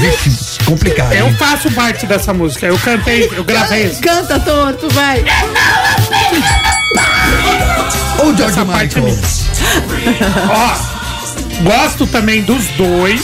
Vixe, complicado. Eu hein? faço parte dessa música. Eu cantei, eu gravei isso. Canta torto, vai. Ou George Essa parte é Michael? minha. Ó, gosto também dos dois.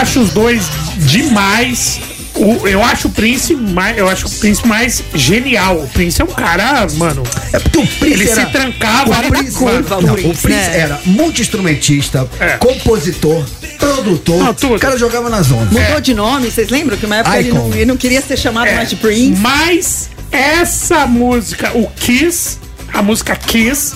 Acho os dois demais. O- eu acho o Prince mais, eu acho o Prince mais genial. O Prince é um cara, mano. É porque o Prince Ele se era, trancava o ali na Prince, curva, não, o o Prince, Prince era multi-instrumentista, É. compositor, produtor. Não, tudo. o cara jogava na zona. É. Mudou de nome, vocês lembram que uma época ele Icon. não, ele não queria ser chamado É, mais de Prince? Mas essa música, o Kiss, a música Kiss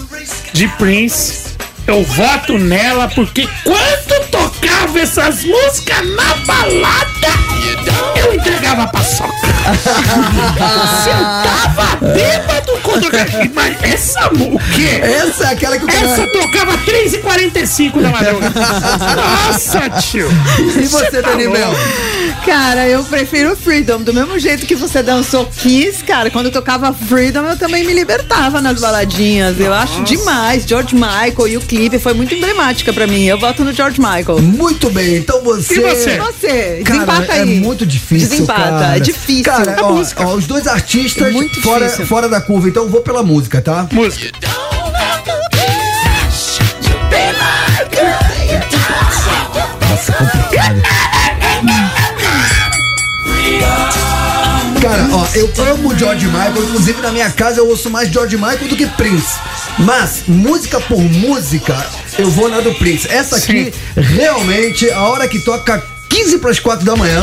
de Prince, eu voto nela porque quando tocava essas músicas na balada, eu entregava a paçoca. Se eu tava bêbado quando eu ganhei, mas essa mu- o quê? Essa é aquela que o cara. Essa tocava 3h45 da madrugada. Nossa, tio. E você, Danimel? tá Cara, eu prefiro Freedom. Do mesmo jeito que você dançou Kiss, cara, quando eu tocava Freedom, eu também me libertava nas baladinhas. Eu acho demais. George Michael e o clipe foi muito emblemática pra mim. Eu voto no George Michael. Muito bem, então você. E você? E você? Cara, Desempata é aí. muito difícil. Desempata, cara. é difícil. Cara, É ó, música. ó, os dois artistas É muito fora, difícil. fora da curva, então eu vou pela música, tá? Música. Nossa, complicado. Cara, ó, eu amo George Michael, inclusive na minha casa eu ouço mais George Michael do que Prince. Mas, música por música, eu vou na do Prince. Essa aqui, realmente, a hora que toca 15 para as 4 da manhã.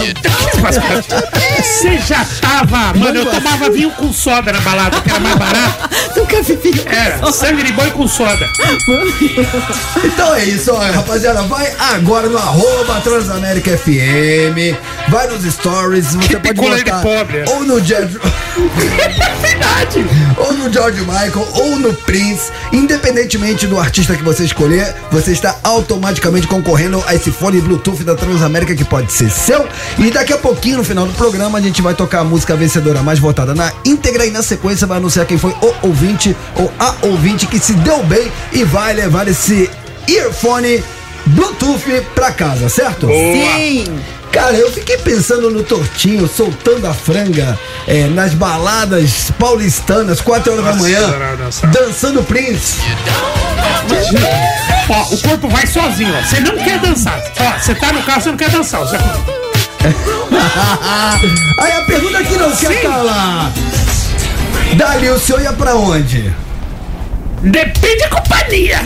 Você já tava, mano, eu tomava vinho com soda na balada, que era mais barato. é- Nunca vi. Era, sangue de boi com soda. Então é isso, ó, rapaziada. Vai agora no arroba Transamérica FM. Vai nos stories, você pode picolé de botar pobre. ou no George. ou no George Michael, ou no Prince. Independentemente do artista que você escolher, você está automaticamente concorrendo a esse fone Bluetooth da Transamérica que pode ser seu. E daqui a pouquinho, no final do programa, a gente vai tocar a música vencedora mais votada na íntegra e na sequência vai anunciar quem foi o ouvinte ou a ouvinte que se deu bem e vai levar esse earphone Bluetooth pra casa, certo? Sim. Cara, eu fiquei pensando no Tortinho soltando a franga é, nas baladas paulistanas, 4 horas da manhã, nossa. dançando Prince. Ó, o corpo vai sozinho, ó. Você não quer dançar. Ó, você tá no carro, você não quer dançar. Você- Aí a pergunta que não quer Sim. calar. Dali, o senhor ia pra onde? Depende da companhia.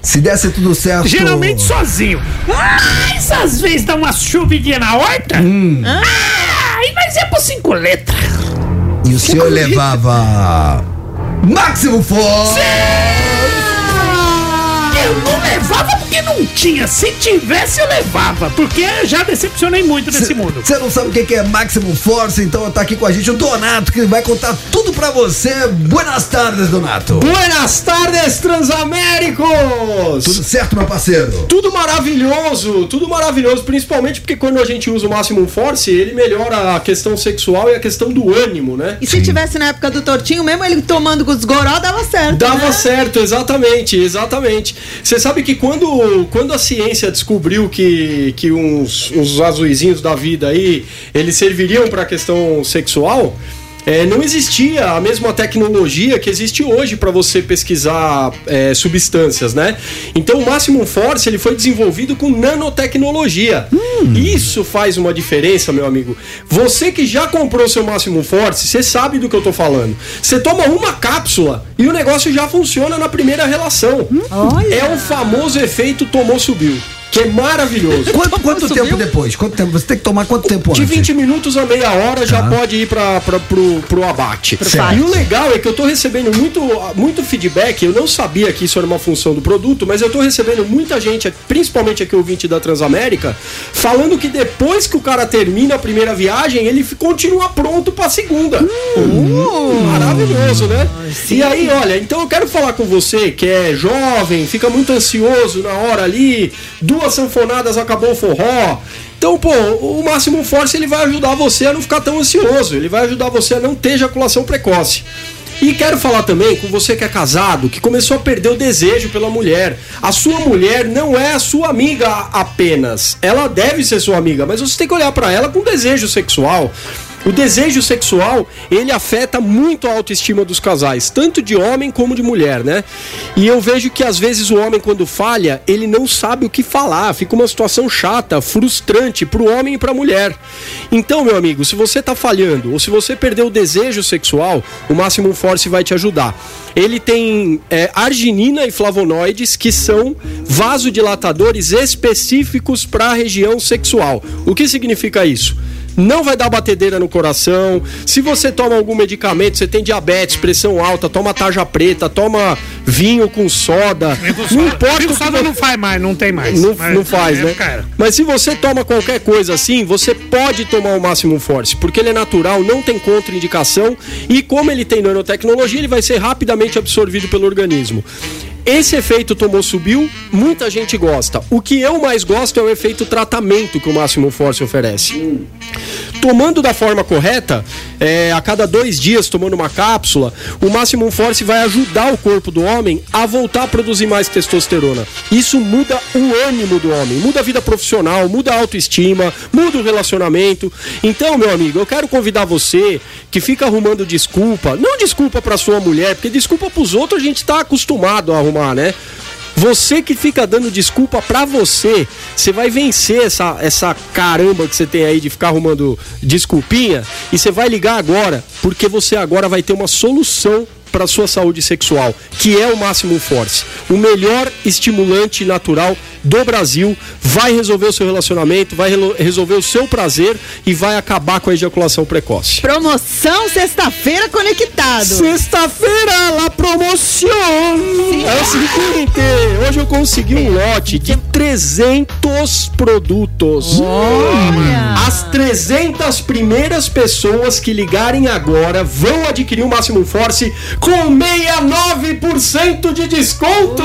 Se desse tudo certo. Geralmente sozinho. Mas às vezes dá uma chuvidinha na horta. Ah, aí nós é pro cinco letras. E o senhor levava. Máximo Forte! Eu não levava porque não tinha. Se tivesse, eu levava. Porque eu já decepcionei muito nesse mundo. Você não sabe o que que é Maximum Force, então tá aqui com a gente o Donato, que vai contar tudo pra você. Buenas tardes, Donato. Hum? Buenas tardes, Transaméricos! Tudo certo, meu parceiro? Tudo maravilhoso, tudo maravilhoso, principalmente porque quando a gente usa o Maximum Force, ele melhora a questão sexual e a questão do ânimo, né? E se tivesse na época do Tortinho, mesmo ele tomando os goró, dava certo. Dava né? certo, exatamente, exatamente. Você sabe que quando, quando a ciência descobriu que, que uns, uns azuizinhos da vida aí, eles serviriam para a questão sexual, é, não existia a mesma tecnologia que existe hoje para você pesquisar é, substâncias, né? Então o Maximum Force ele foi desenvolvido com nanotecnologia. Isso faz uma diferença, meu amigo. Você que já comprou seu Maximum Force, você sabe do que eu tô falando. Você toma uma cápsula e o negócio já funciona na primeira relação. É o famoso efeito tomou subiu. Que é maravilhoso. Quanto, quanto tempo depois? Quanto tempo? Você tem que tomar quanto tempo De antes? 20 minutos a meia hora já pode ir pra, pra, pro, pro abate. Certo. E o legal é que eu tô recebendo muito, muito feedback. Eu não sabia que isso era uma função do produto, mas eu tô recebendo muita gente, principalmente aqui ouvinte da Transamérica, falando que depois que o cara termina a primeira viagem, ele fi- continua pronto pra segunda. Hum, Maravilhoso, né? E aí, olha, então eu quero falar com você que é jovem, fica muito ansioso na hora ali, duas sanfonadas acabou o forró. Então, pô, o Máximo Force ele vai ajudar você a não ficar tão ansioso, ele vai ajudar você a não ter ejaculação precoce. E quero falar também com você que é casado, que começou a perder o desejo pela mulher. A sua mulher não é a sua amiga apenas. Ela deve ser sua amiga, mas você tem que olhar pra ela com desejo sexual. O desejo sexual, ele afeta muito a autoestima dos casais, tanto de homem como de mulher, né? E eu vejo que às vezes o homem quando falha, ele não sabe o que falar, fica uma situação chata, frustrante pro homem e pra mulher. Então, meu amigo, se você tá falhando ou se você perdeu o desejo sexual, o Maximum Force vai te ajudar. Ele tem é, arginina e flavonoides que são vasodilatadores específicos para a região sexual. O que significa isso? não vai dar batedeira no coração. Se você toma algum medicamento, você tem diabetes, pressão alta, toma tarja preta, toma vinho com soda. Não importa o que Só não faz mais, não tem mais. não, Mas- é, não faz, né? Cara. Mas se você toma qualquer coisa assim, você pode tomar o Máximo Force, porque ele é natural, não tem contraindicação e como ele tem nanotecnologia, ele vai ser rapidamente absorvido pelo organismo. Esse efeito tomou subiu, muita gente gosta. O que eu mais gosto é o efeito tratamento que o Máximo Force oferece tomando da forma correta, é, a cada dois dias tomando uma cápsula, o Maximum Force vai ajudar o corpo do homem a voltar a produzir mais testosterona. Isso muda o ânimo do homem, muda a vida profissional, muda a autoestima, muda o relacionamento. Então, meu amigo, eu quero convidar você que fica arrumando desculpa, não desculpa pra sua mulher, porque desculpa pros outros a gente tá acostumado a arrumar, né? Você que fica dando desculpa pra você, você vai vencer essa, essa caramba que você tem aí de ficar arrumando desculpinha e você vai ligar agora, porque você agora vai ter uma solução pra sua saúde sexual, que é o Máximo Force, o melhor estimulante natural do Brasil, vai resolver o seu relacionamento, vai relo- resolver o seu prazer e vai acabar com a ejaculação precoce. Promoção sexta-feira conectado. Sexta-feira, la promoção! É o seguinte, hoje eu consegui um lote de 300 produtos. As 300 primeiras pessoas que ligarem agora vão adquirir o Máximo Force com 69% de desconto!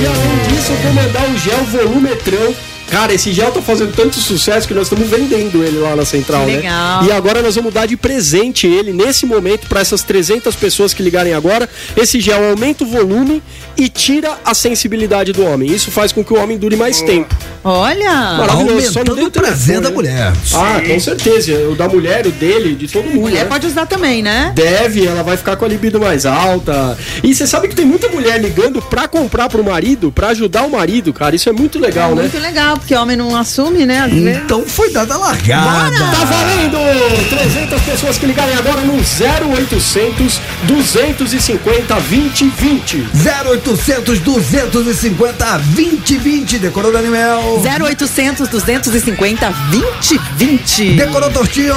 E além disso, eu vou mandar o gel volumetrão. Cara, esse gel tá fazendo tanto sucesso que nós estamos vendendo ele lá na central, Que né? legal. E agora nós vamos dar de presente ele nesse momento para essas 300 pessoas que ligarem agora. Esse gel aumenta o volume e tira a sensibilidade do homem. Isso faz com que o homem dure mais tempo. Olha. Maravilhoso, só não Aumentando deu o prazer telefone, da né? mulher. Ah, com certeza. O da mulher, o dele, de todo mundo. Mulher Uhum. né? pode usar também, né? Deve, ela vai ficar com a libido mais alta. E você sabe que tem muita mulher ligando pra comprar pro marido, pra ajudar o marido, cara. Isso é muito legal, né? Muito legal, porque homem não assume, né? Às vezes. Então foi dada a largada. Tá valendo! 300 pessoas que ligarem agora no 0800 250 2020. 0800 250 2020. Decorou, Daniel? 0800 250 2020. Decorou, Tortinho?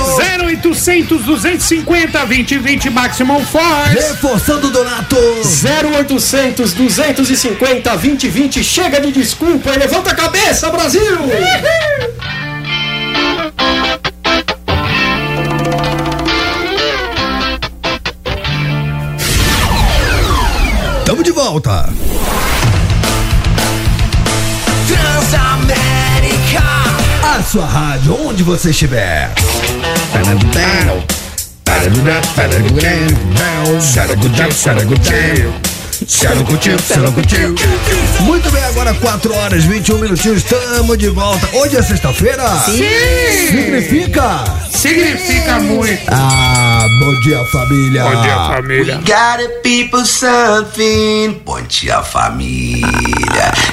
0800 250 2020 Maximum Force. Reforçando o Donato. 0800 250 2020. Chega de desculpa e levanta a cabeça, Brasil! Tamo de volta. Transamérica. A sua rádio, onde você estiver. Se eu não curtiu, se eu não curtiu. Muito bem, agora 4 horas 21 minutinhos, estamos de volta. Hoje é sexta-feira? Sim. Significa? Significa muito. Ah, bom dia, família. Bom dia, família. We gotta people something. Bom dia, família.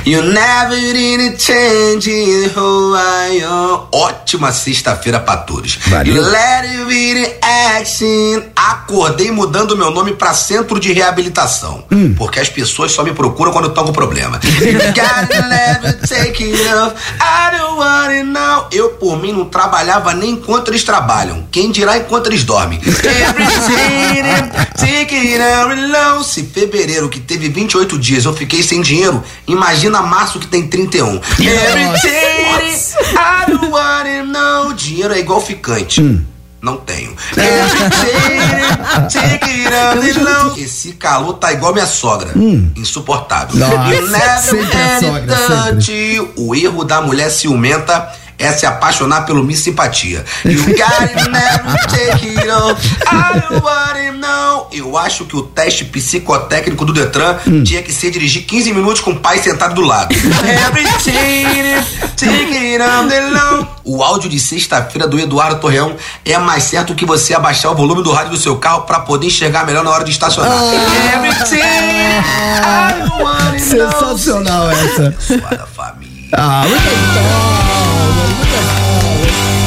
You never really change who I am. Ótima sexta-feira pra todos. You let it be the action. Acordei mudando meu nome pra Centro de Reabilitação. Porque as pessoas só me procuram quando estão com problema. You gotta never take it off. I don't wanna know. Eu, por mim, não trabalhava nem enquanto eles trabalham. Quem dirá enquanto eles dormem? Se fevereiro, que teve 28 dias, eu fiquei sem dinheiro, imagina março que tem 31. I don't wanna know. Dinheiro é igual ficante. Hum. Não tenho. Esse calor tá igual minha sogra. Insuportável. Hum. Nossa, You never sempre a had it sogra, done to- O erro da mulher ciumenta é se apaixonar pelo Miss Simpatia. You gotta never take it off. I don't wanna know. Eu acho que o teste psicotécnico do Detran tinha que ser dirigir 15 minutos com o pai sentado do lado. Everything is taking on the low. O áudio de sexta-feira do Eduardo Torreão é mais certo que você abaixar o volume do rádio do seu carro pra poder enxergar melhor na hora de estacionar. Sensacional essa. Ah, muito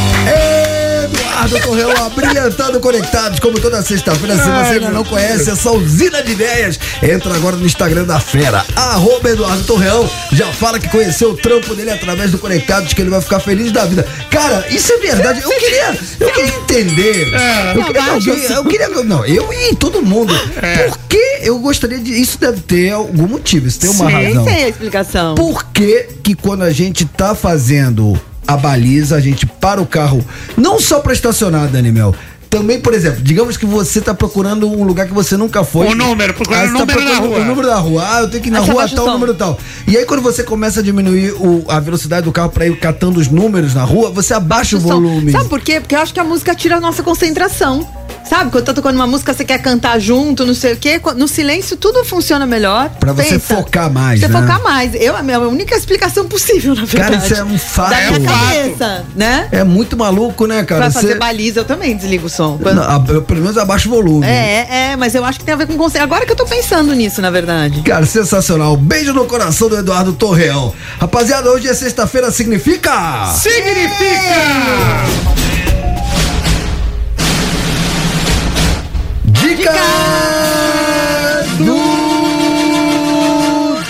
bom. Eduardo Correio abrilhantando conectados, como toda sexta-feira. Se Ai, você ainda meu não conhece essa usina de ideias, entra agora no Instagram da Fera, arroba Eduardo Torreão. Já fala que conheceu o trampo dele através do Conectados, que ele vai ficar feliz da vida. Cara, isso é verdade. Eu queria, eu queria entender. É. Eu queria, que alguém- eu queria. Não, eu e todo mundo. É. Por que eu gostaria de. Isso deve ter algum motivo, isso tem uma Sim, razão. tem a explicação. Por que que quando a gente tá fazendo a baliza, a gente para o carro, não só pra estacionar, Dani Mel, também, por exemplo, digamos que você tá procurando um lugar que você nunca foi. O número, procurando Aí o você tá número da procurando rua. O número da rua, ah, eu tenho que ir na Aí é você rua abaixa o tal, som. número tal. E aí quando você começa a diminuir o- a velocidade do carro pra ir catando os números na rua, você abaixa o volume. Sabe por quê? Porque eu acho que a música tira a nossa concentração. Sabe? Quando tá tocando uma música, você quer cantar junto, não sei o quê. No silêncio, tudo funciona melhor. Pra você focar mais, Você né? focar mais. Eu, a minha única explicação possível, na Cara, verdade. isso é um fato. Da É um minha fato. cabeça, né? É muito maluco, né, cara? pra fazer Você- baliza, eu também desligo o som. Não, ab- eu, pelo menos abaixa o volume. É, é, é, mas eu acho que tem a ver com conceito. Agora que eu tô pensando nisso, na verdade. Cara, sensacional. Beijo no coração do Eduardo Torreão. Rapaziada, hoje é sexta-feira, significa. Significa! Dica do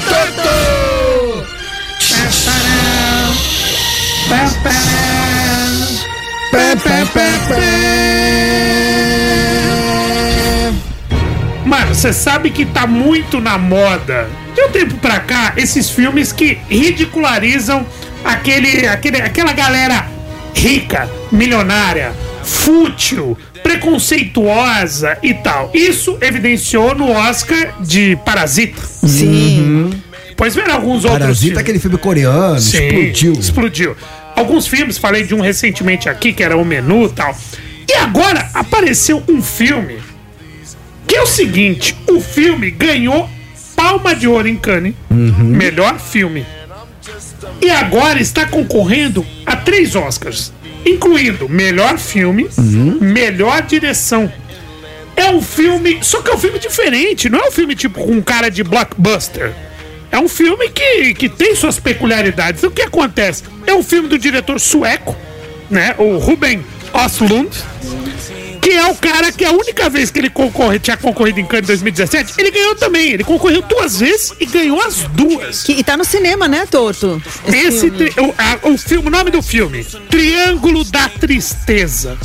Toto! Mano, você sabe que tá muito na moda. De um tempo pra cá, esses filmes que ridicularizam aquele, aquele, aquela galera rica, milionária, fútil, preconceituosa e tal. Isso evidenciou no Oscar de Parasita. Uhum. Sim. Pois vieram alguns outros Parasita, filmes. aquele filme coreano, Sim, explodiu. Explodiu. Alguns filmes, falei de um recentemente aqui, que era o menu e tal. E agora apareceu um filme que é o seguinte: o filme ganhou Palma de Ouro em Cannes, melhor filme. E agora está concorrendo a três Oscars, incluindo melhor filme, melhor direção. É um filme, só que é um filme diferente, não é um filme tipo com cara de blockbuster. É um filme que, que tem suas peculiaridades. O que acontece? É um filme do diretor sueco, né? O Ruben Oslund, que é o cara que a única vez que ele concorre, tinha concorrido em Cannes em 2017, ele ganhou também. Ele concorreu duas vezes e ganhou as duas. e tá no cinema, né, Toto? Esse tri- o, a- o filme, o nome do filme, Triângulo da Tristeza.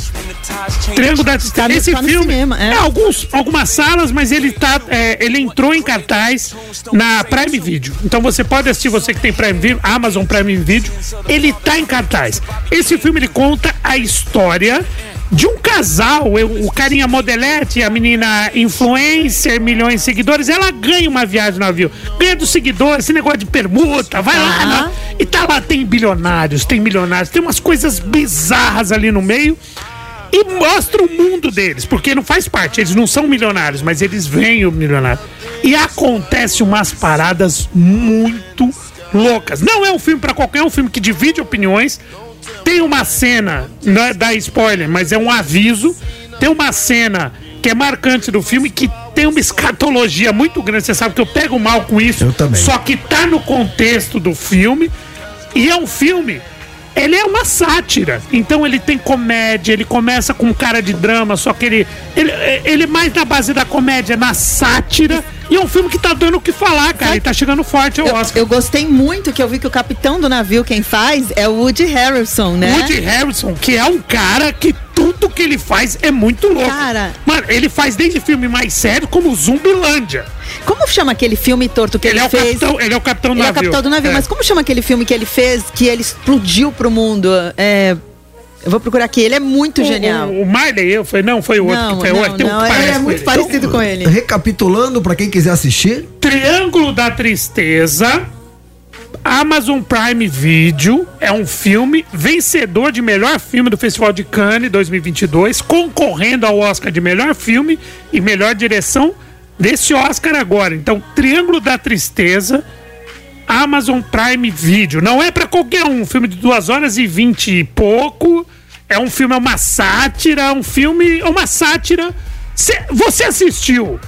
Triângulo da Tristeza. Tá no- Esse tá no filme cinema, é. é alguns, algumas salas, mas ele tá, é, ele entrou em cartaz na Prime Video. Então você pode assistir você que tem Prime Video, Amazon Prime Video, ele tá em cartaz. Esse filme ele conta a história de um casal, eu- o carinha modelete, a menina influencer, milhões de seguidores, ela ganha uma viagem no navio. Ganha dos seguidores, esse negócio de permuta, vai lá, né? E tá lá, tem bilionários, tem milionários, tem umas coisas bizarras ali no meio. e mostra o mundo deles, porque não faz parte, eles não são milionários, mas eles veem o milionário. E acontece umas paradas muito loucas. Não é um filme pra qualquer, é um filme que divide opiniões. Tem uma cena, não é dar spoiler, mas é um aviso. Tem uma cena que é marcante do filme que tem uma escatologia muito grande. Você sabe que eu pego mal com isso. Só que tá no contexto do filme. E é um filme ele é uma sátira. Então ele tem comédia, ele começa com cara de drama, só que ele, ele, ele é mais na base da comédia, na sátira. E é um filme que tá dando o que falar, cara. Ele tá chegando forte ao Eu, Oscar. eu gostei muito que eu vi que o capitão do navio quem faz é o Woody Harrelson, né? Woody Harrison, que é um cara que tudo que ele faz é muito louco. Cara. Mano, ele faz desde filme mais sério como Zumbilândia. Como chama aquele filme torto que ele, Ele é o fez? capitão- ele é o capitão do Ele é navio. capitão do navio, É. mas como chama aquele filme que ele fez que ele explodiu pro mundo? É, eu vou procurar aqui, ele é muito O- genial. O, o Marley, eu falei, não, foi o outro Não, que foi o não, outro. Tem um não, que ele é parece com muito parecido com ele. Recapitulando, pra quem quiser assistir, Triângulo da Tristeza. Amazon Prime Video é um filme vencedor de melhor filme do Festival de Cannes 2022, concorrendo ao Oscar de melhor filme e melhor direção desse Oscar agora. Então, Triângulo da Tristeza, Amazon Prime Video. Não é pra qualquer um, um filme de duas horas e vinte e pouco. É um filme, é uma sátira, é um filme, é uma sátira. Cê- você assistiu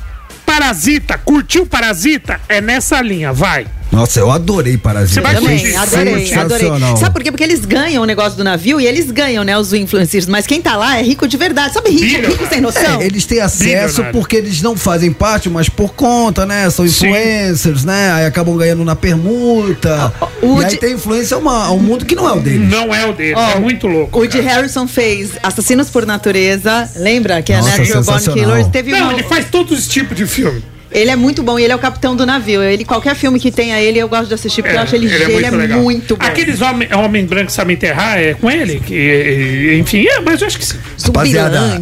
Parasita, curtiu Parasita? É nessa linha, vai. nossa, eu adorei Parasita. Você vai Achei curtir. Adorei, adorei. sensacional. Sabe por quê? Porque eles ganham o negócio do navio e eles ganham, né, os influencers. Mas quem tá lá é rico de verdade. Sabe rico, rico sem noção? É, eles têm acesso Bilionário. porque eles não fazem parte, mas por conta, né? São influencers, né? Aí acabam ganhando na permuta. e aí tem influência é uma- é um mundo que não é o deles. Não é o deles, Ó, é muito louco. O de Harrison fez Assassinos por Natureza, lembra? Que é Nossa, Natural Born sensacional. Killers. Teve Não, uma- ele faz todos os tipos de filme. Ele é muito bom e ele é o capitão do navio. Ele, qualquer filme que tenha ele, eu gosto de assistir, porque eu acho ele, gênio, ele é legal. muito bom. Aqueles homens homem brancos sabem enterrar, é com ele? Que, é, é, enfim, é, mas eu acho que sim. Rapaziada,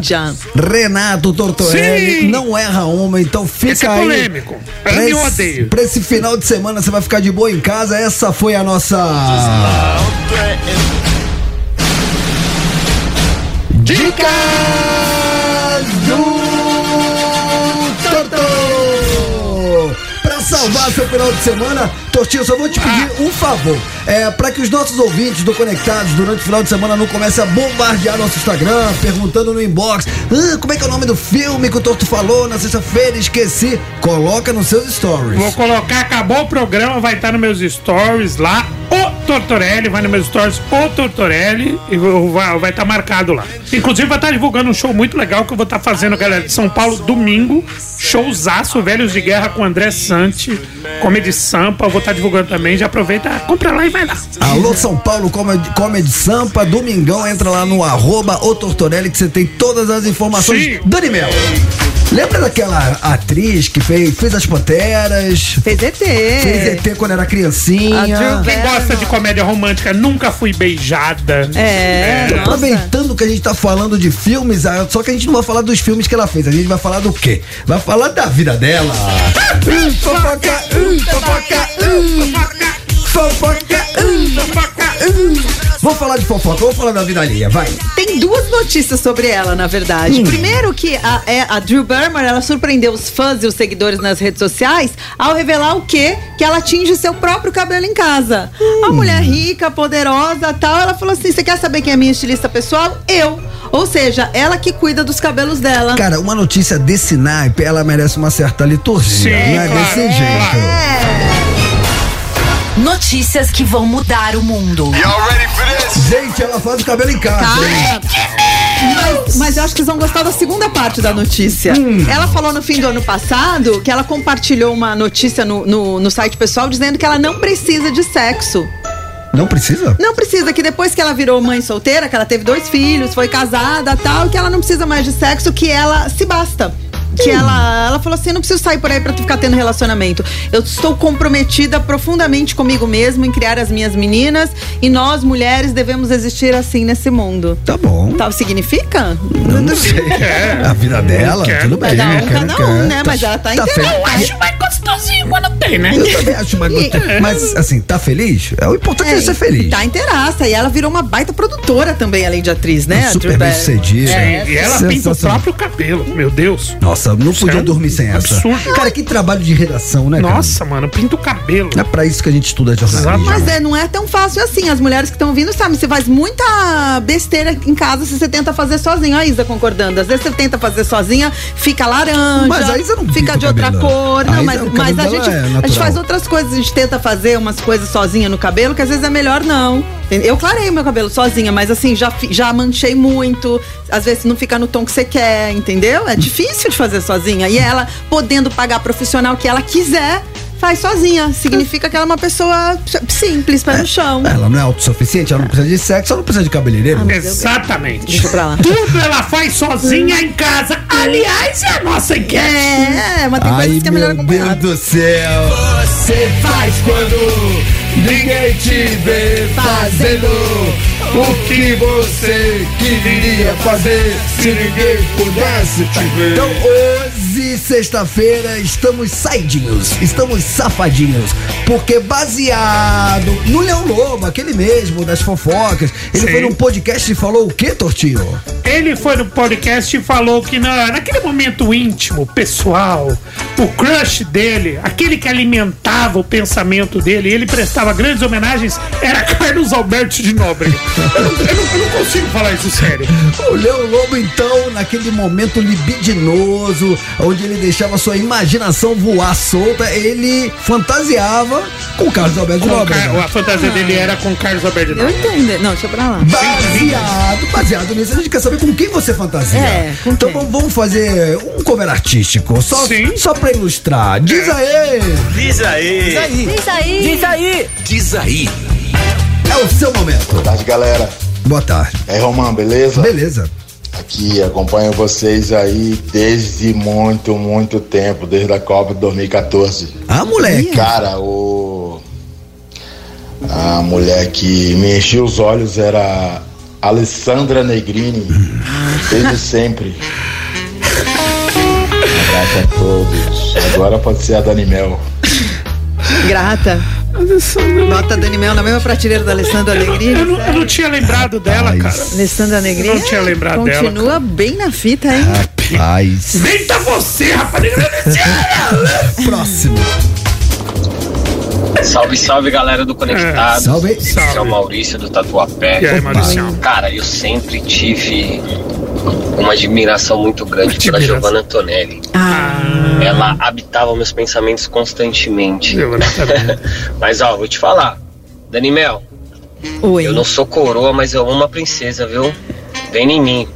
Renato Tortorelli Sim. não erra uma, então fica Esse é aí. polêmico. Eu me esse- odeio. pra esse final de semana você vai ficar de boa em casa. Essa foi a nossa. Dicas do Torto! Pra salvar seu final de semana, Tortinho, eu só vou te pedir um favor. É, pra que os nossos ouvintes do Conectados durante o final de semana não comecem a bombardear nosso Instagram, perguntando no inbox, "Ah, como é que é o nome do filme que o Torto falou na sexta-feira, esqueci. Coloca nos seus stories. Vou colocar, acabou o programa, vai estar nos meus stories lá. O Tortorelli, vai nos meus stories, o Tortorelli, e eu- vai vai estar marcado lá. Inclusive, vai estar divulgando um show muito legal que eu vou estar fazendo, galera, de São Paulo, domingo. Showzaço, Velhos de Guerra com André Sante, Comedy Sampa. Eu vou estar divulgando também. Já aproveita, compra lá e vai lá. Alô São Paulo Comedy, Comedy Sampa, domingão, entra lá no arroba o Tortorelli que você tem todas as informações. Sim. Dani Mel, lembra daquela atriz que fez, fez as Panteras? Fez ET. Fez ET quando era criancinha. Quem gosta de comédia romântica, nunca fui beijada. É. Aproveitando que a gente tá falando de filmes, ah, só que a gente não vai falar dos filmes que ela fez, a gente vai falar do quê? Vai falar da vida dela. Hum, Fofoca, hum, fofoca, hum, fofoca, hum, fofoca, hum. Vamos falar de fofoca, vamos falar da vida alheia, vai. Tem duas notícias sobre ela, na verdade. Primeiro que a, é, a Drew Barrymore, ela surpreendeu os fãs e os seguidores nas redes sociais ao revelar o quê? Que ela tinge o seu próprio cabelo em casa. A mulher rica, poderosa, tal, ela falou assim, você quer saber quem é minha estilista pessoal? Eu. Ou seja, ela que cuida dos cabelos dela. Cara, uma notícia desse naipe, ela merece uma certa liturgia, Sim, né? claro, É. Desse jeito. Notícias que vão mudar o mundo. Gente, ela faz o cabelo em casa. hein? tá? Mas, mas eu acho que vocês vão gostar da segunda parte da notícia. Ela falou no fim do ano passado que ela compartilhou uma notícia no, no, no site pessoal dizendo que ela não precisa de sexo. Não precisa? Não precisa, que depois que ela virou mãe solteira, que ela teve dois filhos, foi casada tal, que ela não precisa mais de sexo, que ela se basta. Que ela, ela falou assim: eu não preciso sair por aí pra tu ficar tendo relacionamento. Eu estou comprometida profundamente comigo mesma em criar as minhas meninas e nós, mulheres, devemos existir assim nesse mundo. Tá bom. Tal significa? Eu não sei. A vida dela, tudo bem. Cada um, quer, cada quer. um, né? Mas ela tá inteira. feio. mais gostosinho agora tem, né? Eu também acho, mas, É. E- mas assim, tá feliz? É, O importante é, É, ser feliz. Tá inteiraça. E ela virou uma baita produtora também, além de atriz, né? Super Drew bem Barry. sucedida. É, E ela pinta o próprio cabelo, meu Deus. Nossa, não podia dormir sem essa. absurdo. Cara, que trabalho de redação, né? Nossa, mano, pinta o cabelo. É pra isso que a gente estuda jornalismo. Mas é, não é tão fácil assim. As mulheres que estão vindo sabem, você faz muita besteira em casa se você tenta fazer sozinha. A Isa concordando. Às vezes você tenta fazer sozinha, fica laranja, Mas a Isa não pinta fica o de outra cabelo dela. cor. A Não, Isa- mas, o cabelo mas a, dela gente, é a gente natural. faz outras coisas, a gente tenta fazer umas coisas sozinha no cabelo, que às vezes é melhor não. Eu clarei meu cabelo sozinha, mas assim, já, fi- já manchei muito. Às vezes não fica no tom que você quer, entendeu? É difícil de fazer sozinha. E ela, podendo pagar a profissional que ela quiser, faz sozinha. Significa que ela é uma pessoa simples, pé no chão. Ela não é autossuficiente, ela não precisa de sexo, ela não precisa de cabeleireiro. Exatamente. Deixa pra lá. Tudo ela faz sozinha em casa. Aliás, é a nossa enquete. É, mas tem Ai, coisas que é melhor meu acompanhar. Deus do céu. Você faz quando ninguém te vê fazendo o que você queria fazer se ninguém pudesse te ver. Então, hoje, sexta-feira, estamos saidinhos, estamos safadinhos, porque baseado no Leão Lobo, aquele mesmo das fofocas, ele Sim. foi num podcast e falou o quê, Tortinho? Ele foi no podcast e falou que na, naquele momento íntimo, pessoal, o crush dele, aquele que alimentava o pensamento dele, e ele prestava grandes homenagens, era Carlos Alberto de Nóbrega. Eu não, eu não- eu não consigo falar isso sério. O Leão Lobo, então, naquele momento libidinoso, onde ele deixava sua imaginação voar solta, ele fantasiava com o Carlos Alberto Com Nobre. Car- a fantasia dele era com Carlos Alberto de Eu Nóbrega. entendo. Não, deixa pra lá. Baseado, baseado nisso, a gente quer saber com quem você fantasia. É, com então vamos- vamos fazer um cover artístico, só, Sim. só pra ilustrar. Diz aí! Diz aí. Diz aí. Diz aí. Diz aí. É o seu momento. Boa tarde, galera. Boa tarde. É Romão, beleza? Beleza. Aqui acompanho vocês aí desde muito, muito tempo, desde a Copa de 2014. Ah, moleque. Cara, o a mulher que me encheu os olhos era Alessandra Negrini, desde sempre. Um abraço a todos. Agora pode ser a Dani Mel. Grata. Bota Dani Mel na mesma prateleira da Alessandra Negrini. Eu não, eu não tinha lembrado dela, cara. Alessandra Negrini. Não tinha lembrado continua dela, Continua bem na fita, hein? Ah, Paz. Deita você, rapaz! Próximo. Salve, salve galera do Conectado. Salve. Esse é o Maurício do Tatuapé. E aí, Mauricião? Cara, eu sempre tive uma admiração muito grande pela Admiração. Giovanna Antonelli. Ah. Ela habitava meus pensamentos constantemente. Giovanna mas ó, vou te falar. Dani Mel, Oi. eu não sou coroa, mas eu amo uma princesa, viu? Vem em mim.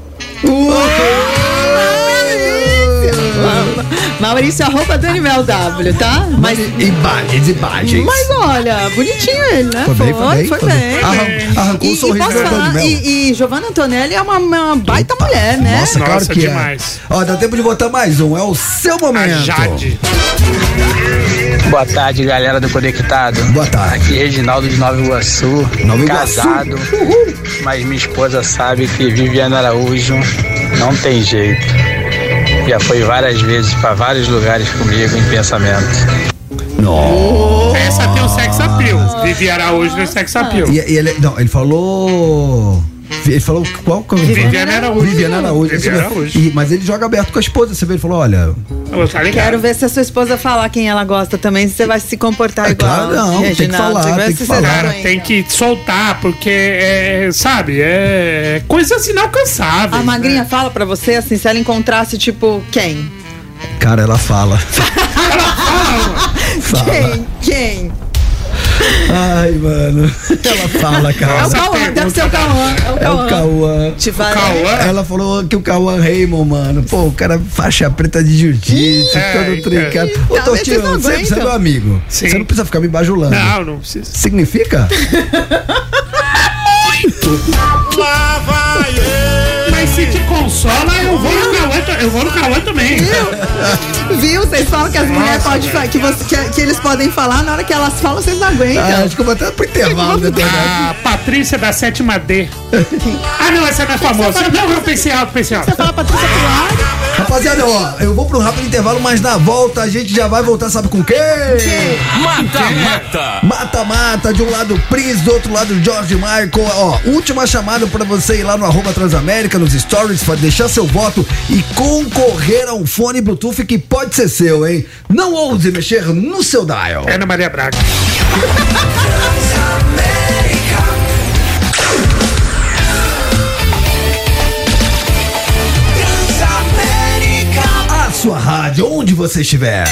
Maurício, arroba Dani Mel W, tá? Mas, Imagens, imagens. mas olha, bonitinho ele, né? Foi bem, foi bem, foi foi bem. Ah, bem. Arran- arrancou e, o um sorriso e posso da Dani falar, Mel. e, e Giovanna Antonelli é uma, uma baita mulher, né? Nossa, claro Nossa, que demais. é. Ó, dá tempo de botar mais um. É o seu momento. Jade. Boa tarde, galera do Conectado. Boa tarde. Aqui Reginaldo de Nova Iguaçu, Nova Iguaçu. casado, mas minha esposa sabe que Viviana Araújo não tem jeito. Já foi várias vezes para vários lugares comigo em pensamento. Oh. Essa tem o sex appeal. Vivi Araújo no sex Ah. appeal. E, e ele, não, ele falou. Ele falou qual que é eu Viviana Araújo. Viviana Araújo. isso Viviana mesmo. Araújo. E- mas ele joga aberto com a esposa, você vê? Ele falou: olha, Tá ligado? Quero ver se a sua esposa falar quem ela gosta também, se você vai se comportar igual. É claro, não, tem que Reginaldo. falar, Vai tem se que falar. sentar Cara, bem. tem que soltar, porque, é, sabe, é coisas inalcançáveis. A magrinha fala pra você, assim, se ela encontrasse, tipo, quem? cara, ela fala. Quem? Quem? Ai, mano. Ela fala, É o cara. Cauã, deve ser o Cauã. É o Cauã. Te vai- é, Ela falou que o Cauã Raymond, mano. Pô, o cara faixa preta de jiu-jitsu, Ih, todo é, trincado. é. Ô, Talvez Tortinho, vocês não você, você é aguentam. meu amigo. Sim. Você não precisa ficar me bajulando. Não, não precisa. Significa? Mas se te consola, eu vou no Cauã, ta- eu vou no Cauã também. Viu? Vocês falam que as mulheres Nossa, podem fa- que, você- que- que eles podem falar, na hora que elas falam, vocês não aguentam. Ah, acho que eu vou até pro intervalo, né, Tornado? A Patrícia da sétima D. Ah, não, essa não é famosa. Não, eu pensei alto, pensei alto. Você fala Patrícia Pilar, Rapaziada, ó, eu vou pro rápido intervalo, mas na volta a gente já vai voltar, sabe com quem? Mata, mata. Mata-mata, de um lado o Prince, do outro lado o George Michael. Ó, última chamada pra você ir lá no arroba Transamérica, nos stories, pra deixar seu voto e concorrer a um fone Bluetooth que pode ser seu, hein? Não ouse mexer no seu dial. Ana É Maria Braga. A sua rádio, onde você estiver.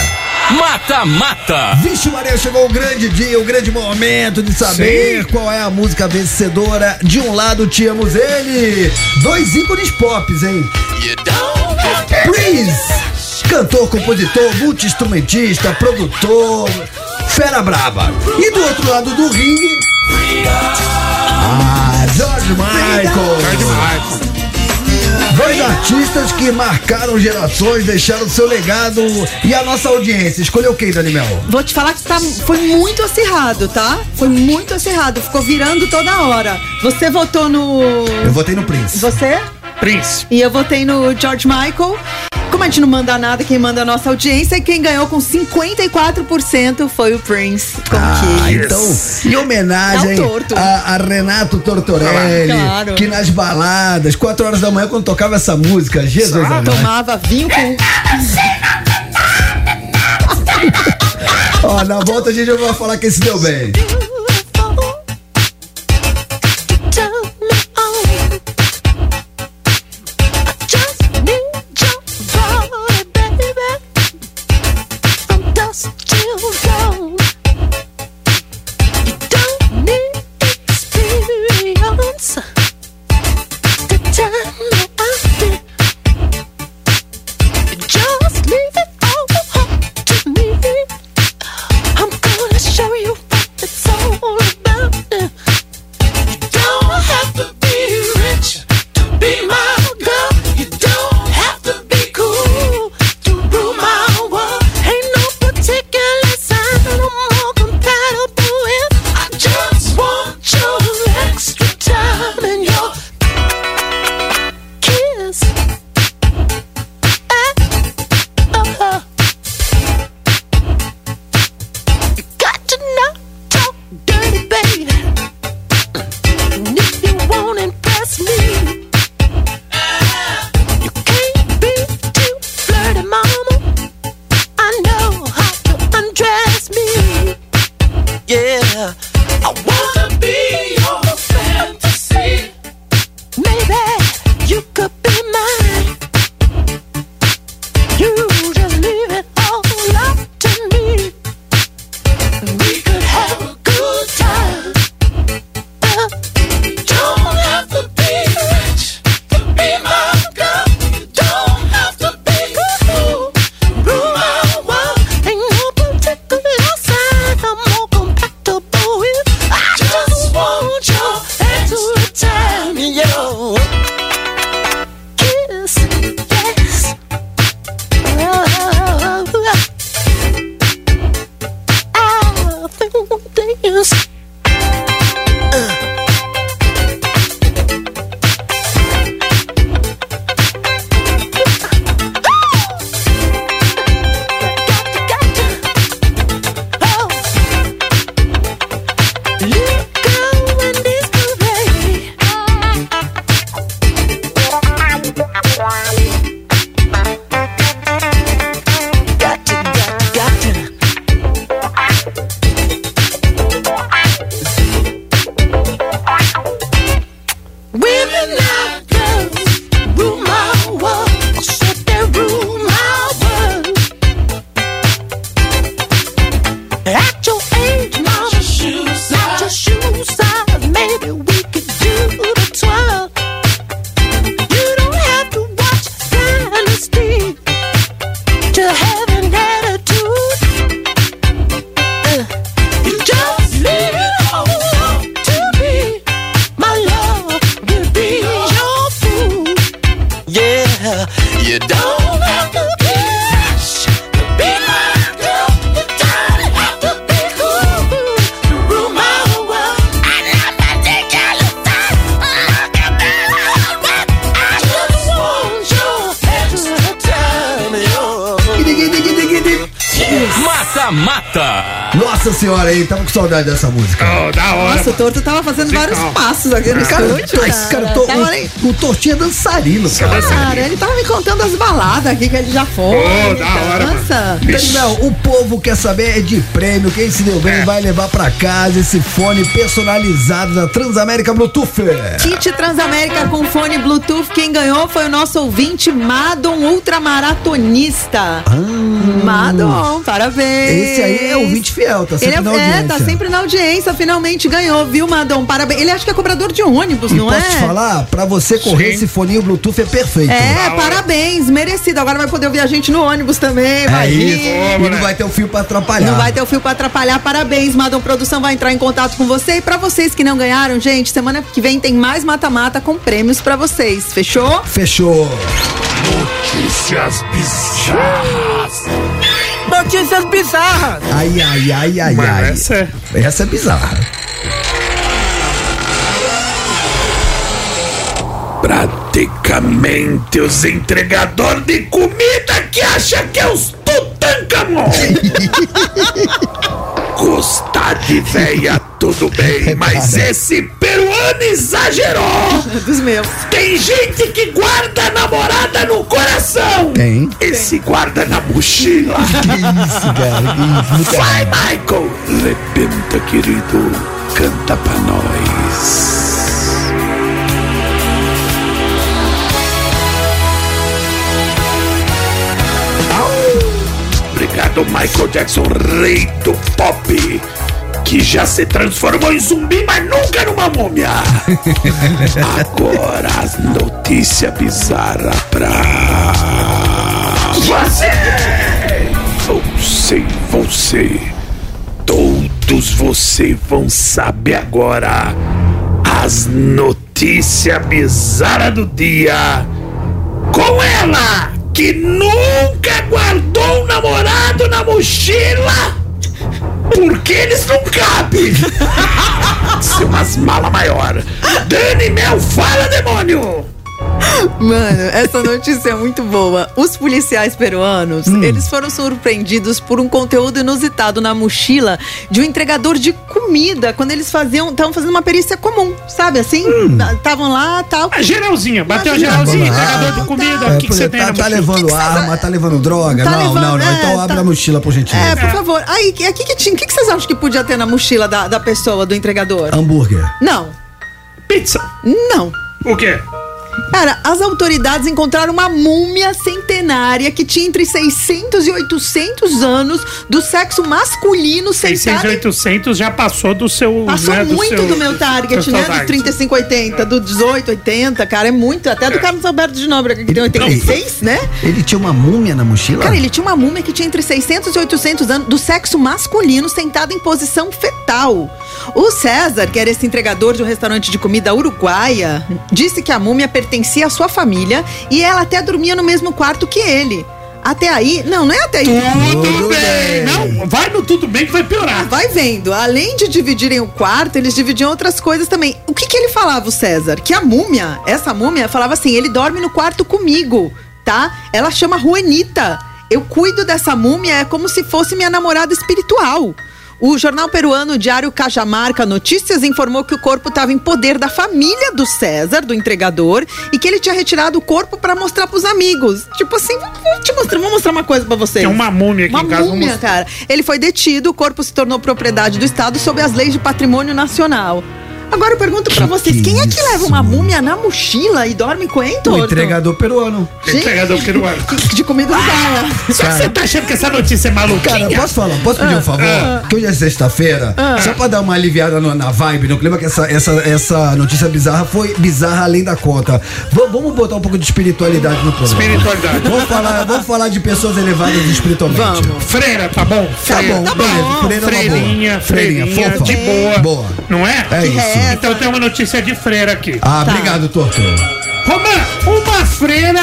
Mata, mata. Vixe Maria, chegou o grande dia, o grande momento de saber qual é a música vencedora. De um lado tínhamos ele, dois ícones pop, hein? Prince, cantor, compositor, multi-instrumentista, produtor, fera braba. E do outro lado do ringue... Ah, George Michael. George Michael. Dois artistas que marcaram gerações, deixaram seu legado e a nossa audiência. Escolheu quem, Dani Mel? Vou te falar que tá, foi muito acirrado, tá? Foi muito acirrado, ficou virando toda hora. Você votou no. Eu votei no Prince. Você? Prince. E eu votei no George Michael. Como a gente não manda nada, quem manda é a nossa audiência e quem ganhou com 54% foi o Prince. Com Ah, Kiss. então, em homenagem Dá um torto. a, a Renato Tortorelli, Claro. que nas baladas, 4 horas da manhã, quando tocava essa música, Jesus Ah, amado. tomava vinho né? com. Ó, na volta a gente vai falar que se deu bem. Just leave it all up to me. I'm gonna show you what it's all Uh, Mata-mata. Nossa senhora aí, tava com saudade dessa música. Oh, Nossa, o Torto tava fazendo vários passos aqui no Cara, estúdio. mas, cara, tô- Tava o- nem- o, Tortinho é dançarino, cara. Cara, ele tava me contando as baladas aqui que ele já foi. Ô, da hora, mano. Nossa. Daniel, Então, o povo quer saber é de prêmio. Quem se deu bem É. vai levar pra casa esse fone personalizado da Transamérica Bluetooth. Kit Transamérica com fone Bluetooth. Quem ganhou foi o nosso ouvinte Madon Ultramaratonista. Madon, parabéns. Ah. Esse aí é ouvinte fiel, tá Ele sempre é, na é, audiência. tá sempre na audiência. Finalmente ganhou, viu, Madon? Parabéns. Ele acha que é cobrador de ônibus, E não posso é? te falar, pra você correr Sim. esse foninho Bluetooth é perfeito. É, parabéns, merecido. Agora vai poder ouvir a gente no ônibus também. Vai É isso. rir. E não vai ter o fio pra atrapalhar. Não vai ter o fio pra atrapalhar. Parabéns, Madon Produção vai entrar em contato com você. E pra vocês que não ganharam, gente, semana que vem tem mais mata-mata com prêmios pra vocês. Fechou? Fechou. Notícias bizarras. Notícias bizarras. Ai, ai, ai, ai, Mano, ai. essa é- Essa é bizarra. Praticamente os entregadores de comida que acha que é os Tutankamon. Custa de véia, tudo bem, mas esse peruano exagerou. Dos meus. Tem gente que guarda a namorada no coração. Tem. Esse guarda na mochila. isso, cara? Vai, Michael. Repenta, querido. Canta pra nós. Obrigado, Michael Jackson, rei do pop, que já se transformou em zumbi, mas nunca numa múmia. Agora as notícias bizarras pra você. Eu sei você. Todos vocês vão saber agora as notícias bizarras do dia com ela que nunca guardou um namorado na mochila porque eles não cabem. Isso é umas malas maior. Dani Mel, fala demônio! Mano, essa notícia é muito boa. Os policiais peruanos, eles foram surpreendidos por um conteúdo inusitado na mochila de um entregador de comida quando eles faziam, estavam fazendo uma perícia comum, sabe assim? Estavam lá, tal. A geralzinha, Ah, bateu a Imagina, geralzinha, vamos lá. É, entregador de comida, o que, que você tem tá, na tá mochila? levando arma, tá levando droga? Tá não, levando- não, não. é, então tá- abre a mochila, por gentileza. É, por favor. Aí, o que, que tinha? O que, que vocês acham que podia ter na mochila da, da pessoa, do entregador? Hambúrguer. Não. Pizza. Não. O quê? Cara, as autoridades encontraram uma múmia centenária que tinha entre 600 e 800 anos do sexo masculino sentada. 600, 800 já passou do seu... Passou né, muito do, seu- meu target, seu né? Dos target. 35, 80, do 18, 80, cara, é muito. Até do Carlos Alberto de Nóbrega, que tem Então, 86, né? Ele tinha uma múmia na mochila? Cara, ele tinha uma múmia que tinha entre 600 e 800 anos, do sexo masculino, sentada em posição fetal. O César, que era esse entregador de um restaurante de comida uruguaia, disse que a múmia pertencia à sua família e ela até dormia no mesmo quarto que ele. Até aí, não, não é até aí. Tudo bem. Não, vai no tudo bem que vai piorar. Ah, Vai vendo. Além de dividirem o quarto, eles dividiam outras coisas também. O que, que ele falava, o César? Que a múmia, essa múmia, falava assim: ele dorme no quarto comigo, tá? Ela chama Juanita. Eu cuido dessa múmia, é como se fosse minha namorada espiritual. O jornal peruano Diário Cajamarca Notícias informou que o corpo estava em poder da família do César, do entregador, e que ele tinha retirado o corpo para mostrar pros amigos. Tipo assim, vou, vou te mostrar, vou mostrar uma coisa pra vocês. Tem uma múmia aqui Uma em casa, um vou múmia, mostrar. cara. Ele foi detido, o corpo se tornou propriedade do Estado sob as leis de patrimônio nacional. Agora eu pergunto pra vocês, quem é que leva uma múmia na mochila e dorme com hein, O Torto? entregador peruano. Gente. Entregador peruano. De comida Ah, urbana. Só que Cara. você tá achando que essa notícia é maluquinha? Cara, posso falar? Posso pedir um favor? Ah. Que hoje é sexta-feira. Ah. Só pra dar uma aliviada no- na vibe, no clima, que essa, essa, essa notícia bizarra foi bizarra além da conta. V- vamos botar um pouco de espiritualidade no programa. Espiritualidade. Vamos falar, vamos falar de pessoas elevadas espiritualmente. Vamos. Freira, tá bom? Tá bom, beleza. Freira é uma boa. Freirinha, Freirinha, freirinha, fofa. de boa. Boa. Não é? É isso. tá- Então tem uma notícia de freira aqui. Ah, obrigado, Torto. Romã, uma freira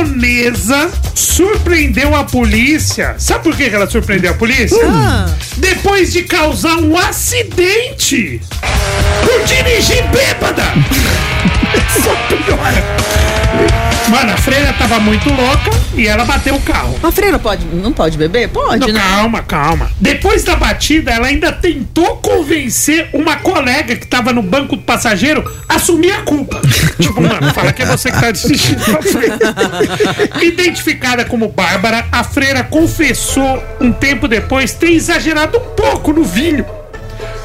polonesa surpreendeu a polícia. Sabe por que que ela surpreendeu a polícia? Uh. Ah. Depois de causar um acidente por dirigir bêbada. Só piora. Mano, a freira tava muito louca e ela bateu o carro. A freira pode, não pode beber? Pode, Não, né? Calma, calma. Depois da batida, ela ainda tentou convencer uma colega que tava no banco do passageiro a assumir a culpa. tipo, mano, fala que é você que tá dirigindo a freira. Identificada como Bárbara, a freira confessou um tempo depois ter exagerado um pouco no vinho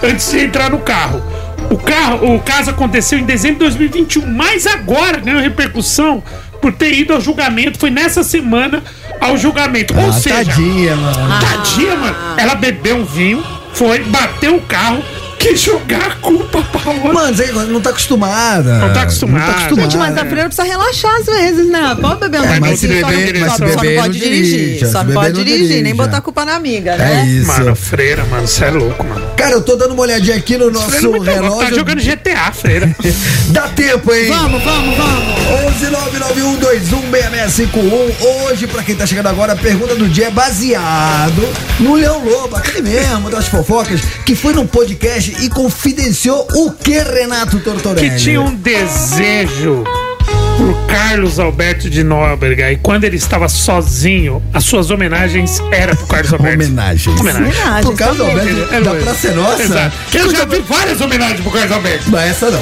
antes de entrar no carro. O, carro, o caso aconteceu em dezembro de 2021, mas agora ganhou repercussão por ter ido ao julgamento. Foi nessa semana ao julgamento. Ou Ah, seja, tadinha, mano. Tadinha, mano. Ela bebeu um vinho, foi, bateu o carro, quis jogar a culpa pra outra. Mano, você não tá acostumada. Não tá acostumada. Não tá acostumada. Gente, mas a freira precisa relaxar às vezes, né? Pode beber um É, mas se pouquinho, só beber- não- mas só, se só beber, não não pode dirige. dirigir. Se Só não beber, pode não dirigir, nem dirige, botar é. a culpa na amiga, É né? isso. Mano, freira, mano, você é louco, mano. Cara, eu tô dando uma olhadinha aqui no Freira nosso não me pegou, relógio. é Tá jogando GTA, freira. Dá tempo, hein? Vamos, vamos, um vamos! 11991216651. Hoje, pra quem tá chegando agora, a pergunta do dia é baseado no Leão Lobo, aquele mesmo das fofocas, que foi num podcast e confidenciou o que Renato Tortorelli? que tinha um desejo por Carlos Alberto de Nóbrega e quando ele estava sozinho, as suas homenagens eram pro Carlos Alberto. Homenagens. Homenagens, Pro Carlos também. Alberto, da lógico. Praça é Nossa? Exato. Eu já vi várias homenagens pro Carlos Alberto. Mas essa não.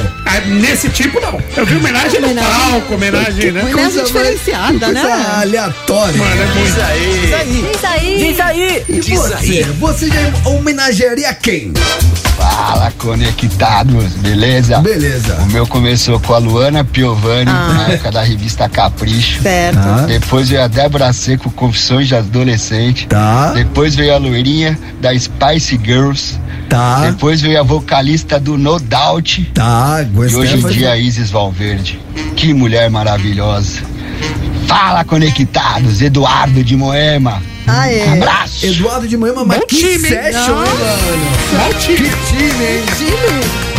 nesse tipo não. Eu vi homenagem no Homenagem. palco, homenagem, né? Homenagem Coisa diferenciada, mais- né? coisa aleatória. Mano, é muito. Diz aí. Diz aí. Diz aí. Diz aí. E você? Você já homenagearia quem? Fala, conectados, beleza? Beleza. O meu começou com a Luana Piovani, Ah. na época da revista Capricho. Certo. Ah. Depois veio a Débora Seco, Confissões de Adolescente. Tá. Depois veio a Loirinha, da Spice Girls. Tá. Depois veio a vocalista do No Doubt. Tá, E hoje em dia, a Isis Valverde. Que mulher maravilhosa. Fala, conectados, Eduardo de Moema. Ah. Aê. Abraço. Eduardo de Moema, mas que session, hein, mano? Que time, hein?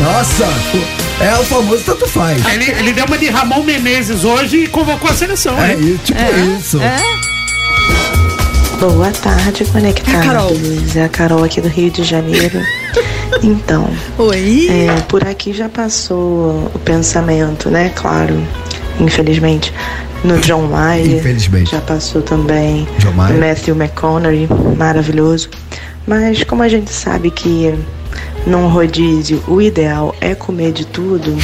Nossa, pô, é o famoso tanto faz. Ele, ele deu uma de Ramon Menezes hoje e convocou a seleção, É, né? tipo isso. É? Boa tarde, Ah, conectados. É a Carol aqui do Rio de Janeiro. Então, Oi. É, por aqui já passou o pensamento, né? Claro, infelizmente, no John Mayer. Infelizmente. Já passou também John Mayer. no Matthew McConaughey, maravilhoso. Mas como a gente sabe que num rodízio o ideal é comer de tudo,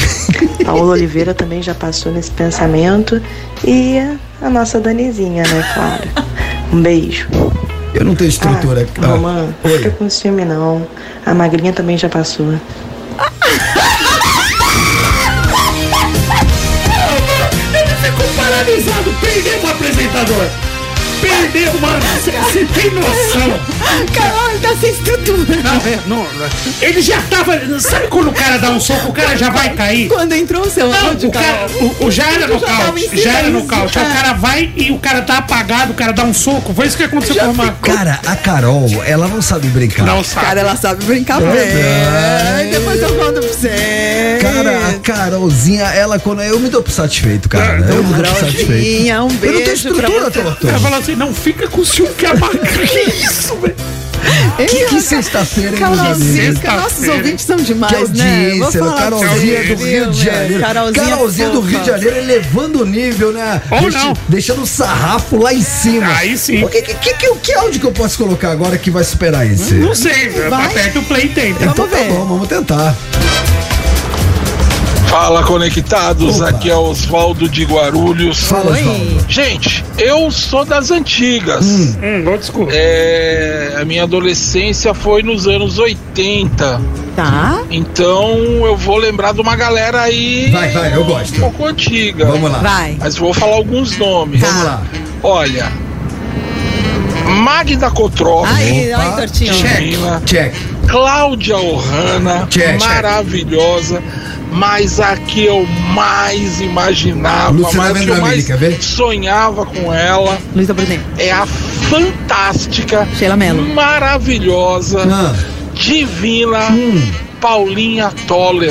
Paola Oliveira também já passou nesse pensamento e a nossa Danizinha, né? Claro. Um beijo. Eu não tenho estrutura. Ah, Romã, fica com esse filme não. A magrinha também já passou. Ele ficou paralisado, perdeu o apresentador. Perdeu, mano. Você você tem noção. É. Carol, ele tá sem estrutura. Não, não, não. Ele já tava. Sabe quando o cara dá um soco, o cara já vai cair? Quando entrou o seu não, áudio, o cara, Carol. o, o já era Eu já tava nocaute. em Já era silêncio, nocaute. Aí é. O cara vai e o cara tá apagado, o cara dá um soco. Foi isso que aconteceu com o Marco. Cara, a Carol, ela não sabe brincar. Não sabe. Cara, ela sabe brincar Não bem. Depois eu conto pra você. Cara, a Carolzinha, ela quando. Eu me dou por satisfeito, cara. né? Eu me dou por satisfeito. Carolzinha, um Eu não beijo tenho pra estrutura, você. Torto. Ela falou assim: não fica com o ciúme que é bacana. Que isso, velho? Que, que sexta-feira, hein, Carolzinha, meus amigos? cara, nossos ouvintes são Que demais, né? Vou audiência, né? falar pra Carolzinha você, do Rio viu, de velho? Janeiro. Carolzinha é Carolzinha, do fofa. Rio de Janeiro elevando o nível, né? Ou não. Deixando o sarrafo lá em cima. Aí sim. O que, que, que, que, que áudio que eu posso colocar agora que vai superar esse? Uhum. Não sei, velho. Aperta o play e tenta. Então tá bom, vamos tentar. Fala conectados, aqui é Oswaldo de Guarulhos. Fala, Oswaldo. Gente, eu sou das antigas. Hum, desculpa. É, a minha adolescência foi nos anos 80. Tá. Então eu vou lembrar de uma galera aí. Vai, vai, eu gosto. Um pouco antiga. Vamos lá. Vai. Mas vou falar alguns nomes. Tá. Vamos lá. Olha. Magda Cotró. Aí, aí, Tortinho. Check. Check. Cláudia Ohana, Check, check. maravilhosa, mas a que eu mais imaginava, Luciana mas a que eu mais Vendramin, quer ver? sonhava com ela Luísa Brunet. é a fantástica, Sheila Mello. maravilhosa, Ah. divina Paulinha Toller.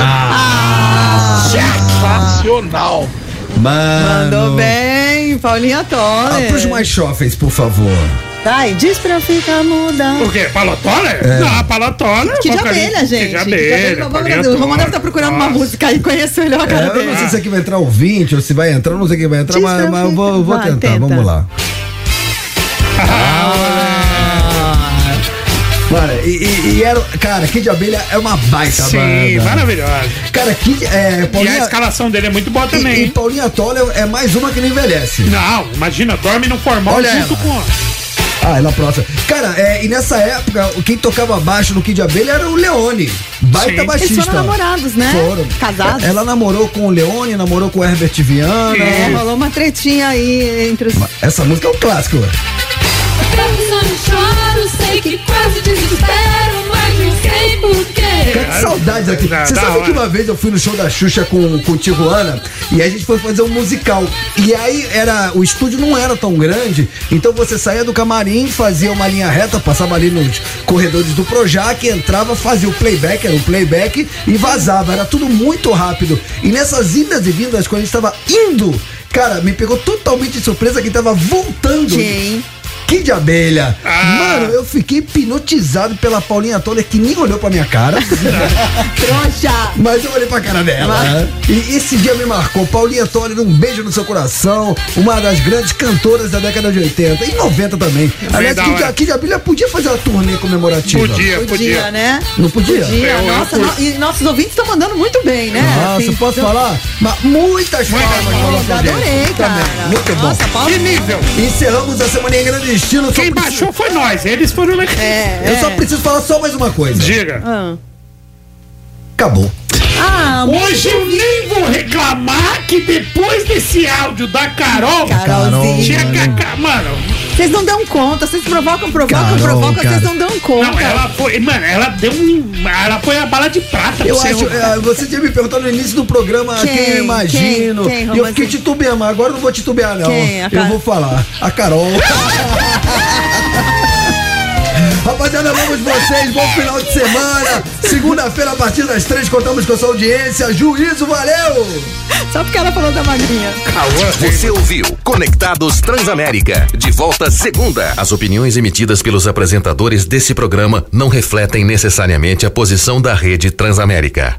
Sensacional. Mano. Mandou bem, Paulinha Ah, Toller. pros mais jovens, por favor. Vai, Tá, diz pra eu ficar muda. O quê? Palotona? É. Não, a palotona. Que de vocalista- abelha, gente. Que um de abelha. palheta. O Romão deve estar procurando uma música aí, conheço melhor a cara É, eu não dele. sei se aqui vai entrar ouvinte ou se vai entrar, eu não sei quem vai entrar, Diz mas, pra mas eu eu vou, vou Vai, tentar. tenta. Vamos lá. Mano, e, e- e era. Cara, Kid Abelha é uma baita Sim, banda. maravilhosa. Cara, Kid. É, E a Paulinha, escalação dele é muito boa também. e, e Paulinha Tola é mais uma que não envelhece. Não, imagina, dorme no formal Olha junto ela. com. Ah, ela próxima. Cara, é, e nessa época, o- quem tocava baixo no Kid Abelha era o Leone. Baita Sim. baixista. Eles foram namorados, né? Foram. Casados. Ela namorou com o Leone, namorou com o Herbert Viana. É, rolou uma tretinha aí entre os. Essa música é um clássico. Pensando, choro, sei que quase desespero, mas não sei Cara, que porquê. saudades aqui. Não, Você da sabe hora. que uma vez eu fui no show da Xuxa com, com o Tijuana e a gente foi fazer um musical. E aí era o estúdio não era tão grande, então você saía do camarim, fazia uma linha reta, passava ali nos corredores do Projac, entrava, fazia o playback, era o playback e vazava. Era tudo muito rápido. E nessas indas e vindas, quando a gente tava indo, cara, me pegou totalmente de surpresa que tava voltando. Quem? Que de abelha! Mano, eu fiquei hipnotizado pela Paulinha Toller que nem olhou pra minha cara. Trouxa! Mas eu olhei pra cara dela. né? E esse dia me marcou. Paulinha Toller, um beijo no seu coração. Uma das grandes cantoras da década de 80 e 90 também. Aliás, da Kid, hora. Kid Abelha podia fazer uma turnê comemorativa. Podia, Podia, né? Não podia? Podia, Eu- eu nossa, fui. no- e nossos ouvintes estão mandando muito bem, né? Nossa, Assim, posso então- Ah, falar? Mas muitas palmas pra nossa Adorei, audiência. cara. Também, Muito bom. Nossa, Paulo- Que nível. Encerramos a semana em grande estilo. Quem baixou foi nós, eles foram lá. É, Eu é. só preciso falar só mais uma coisa. Diga. Ah. Acabou. Ah, Hoje eu nem vou reclamar que depois desse áudio da Carol. Carolzinha. Tinha cacá, mano. Vocês não dão conta, vocês provocam, provocam, Carol, provocam, cara. vocês não dão conta. Não, ela foi. Mano, ela deu um. Ela foi a bala de prata pra Eu você, acho, Rô. é, você tinha me perguntado no início do programa quem, Quem? eu imagino. Quem? Quem, e eu Romance? fiquei titubeando, mas agora eu não vou titubear, não. Quem? A Eu Car- vou falar. A Carol. Rapaziada, vamos vocês, bom final de semana. Segunda-feira, a partir das três, contamos com a sua audiência. Juízo, valeu! Só porque ela falou da magrinha. Você ouviu Conectados Transamérica. De volta segunda. As opiniões emitidas pelos apresentadores desse programa não refletem necessariamente a posição da rede Transamérica.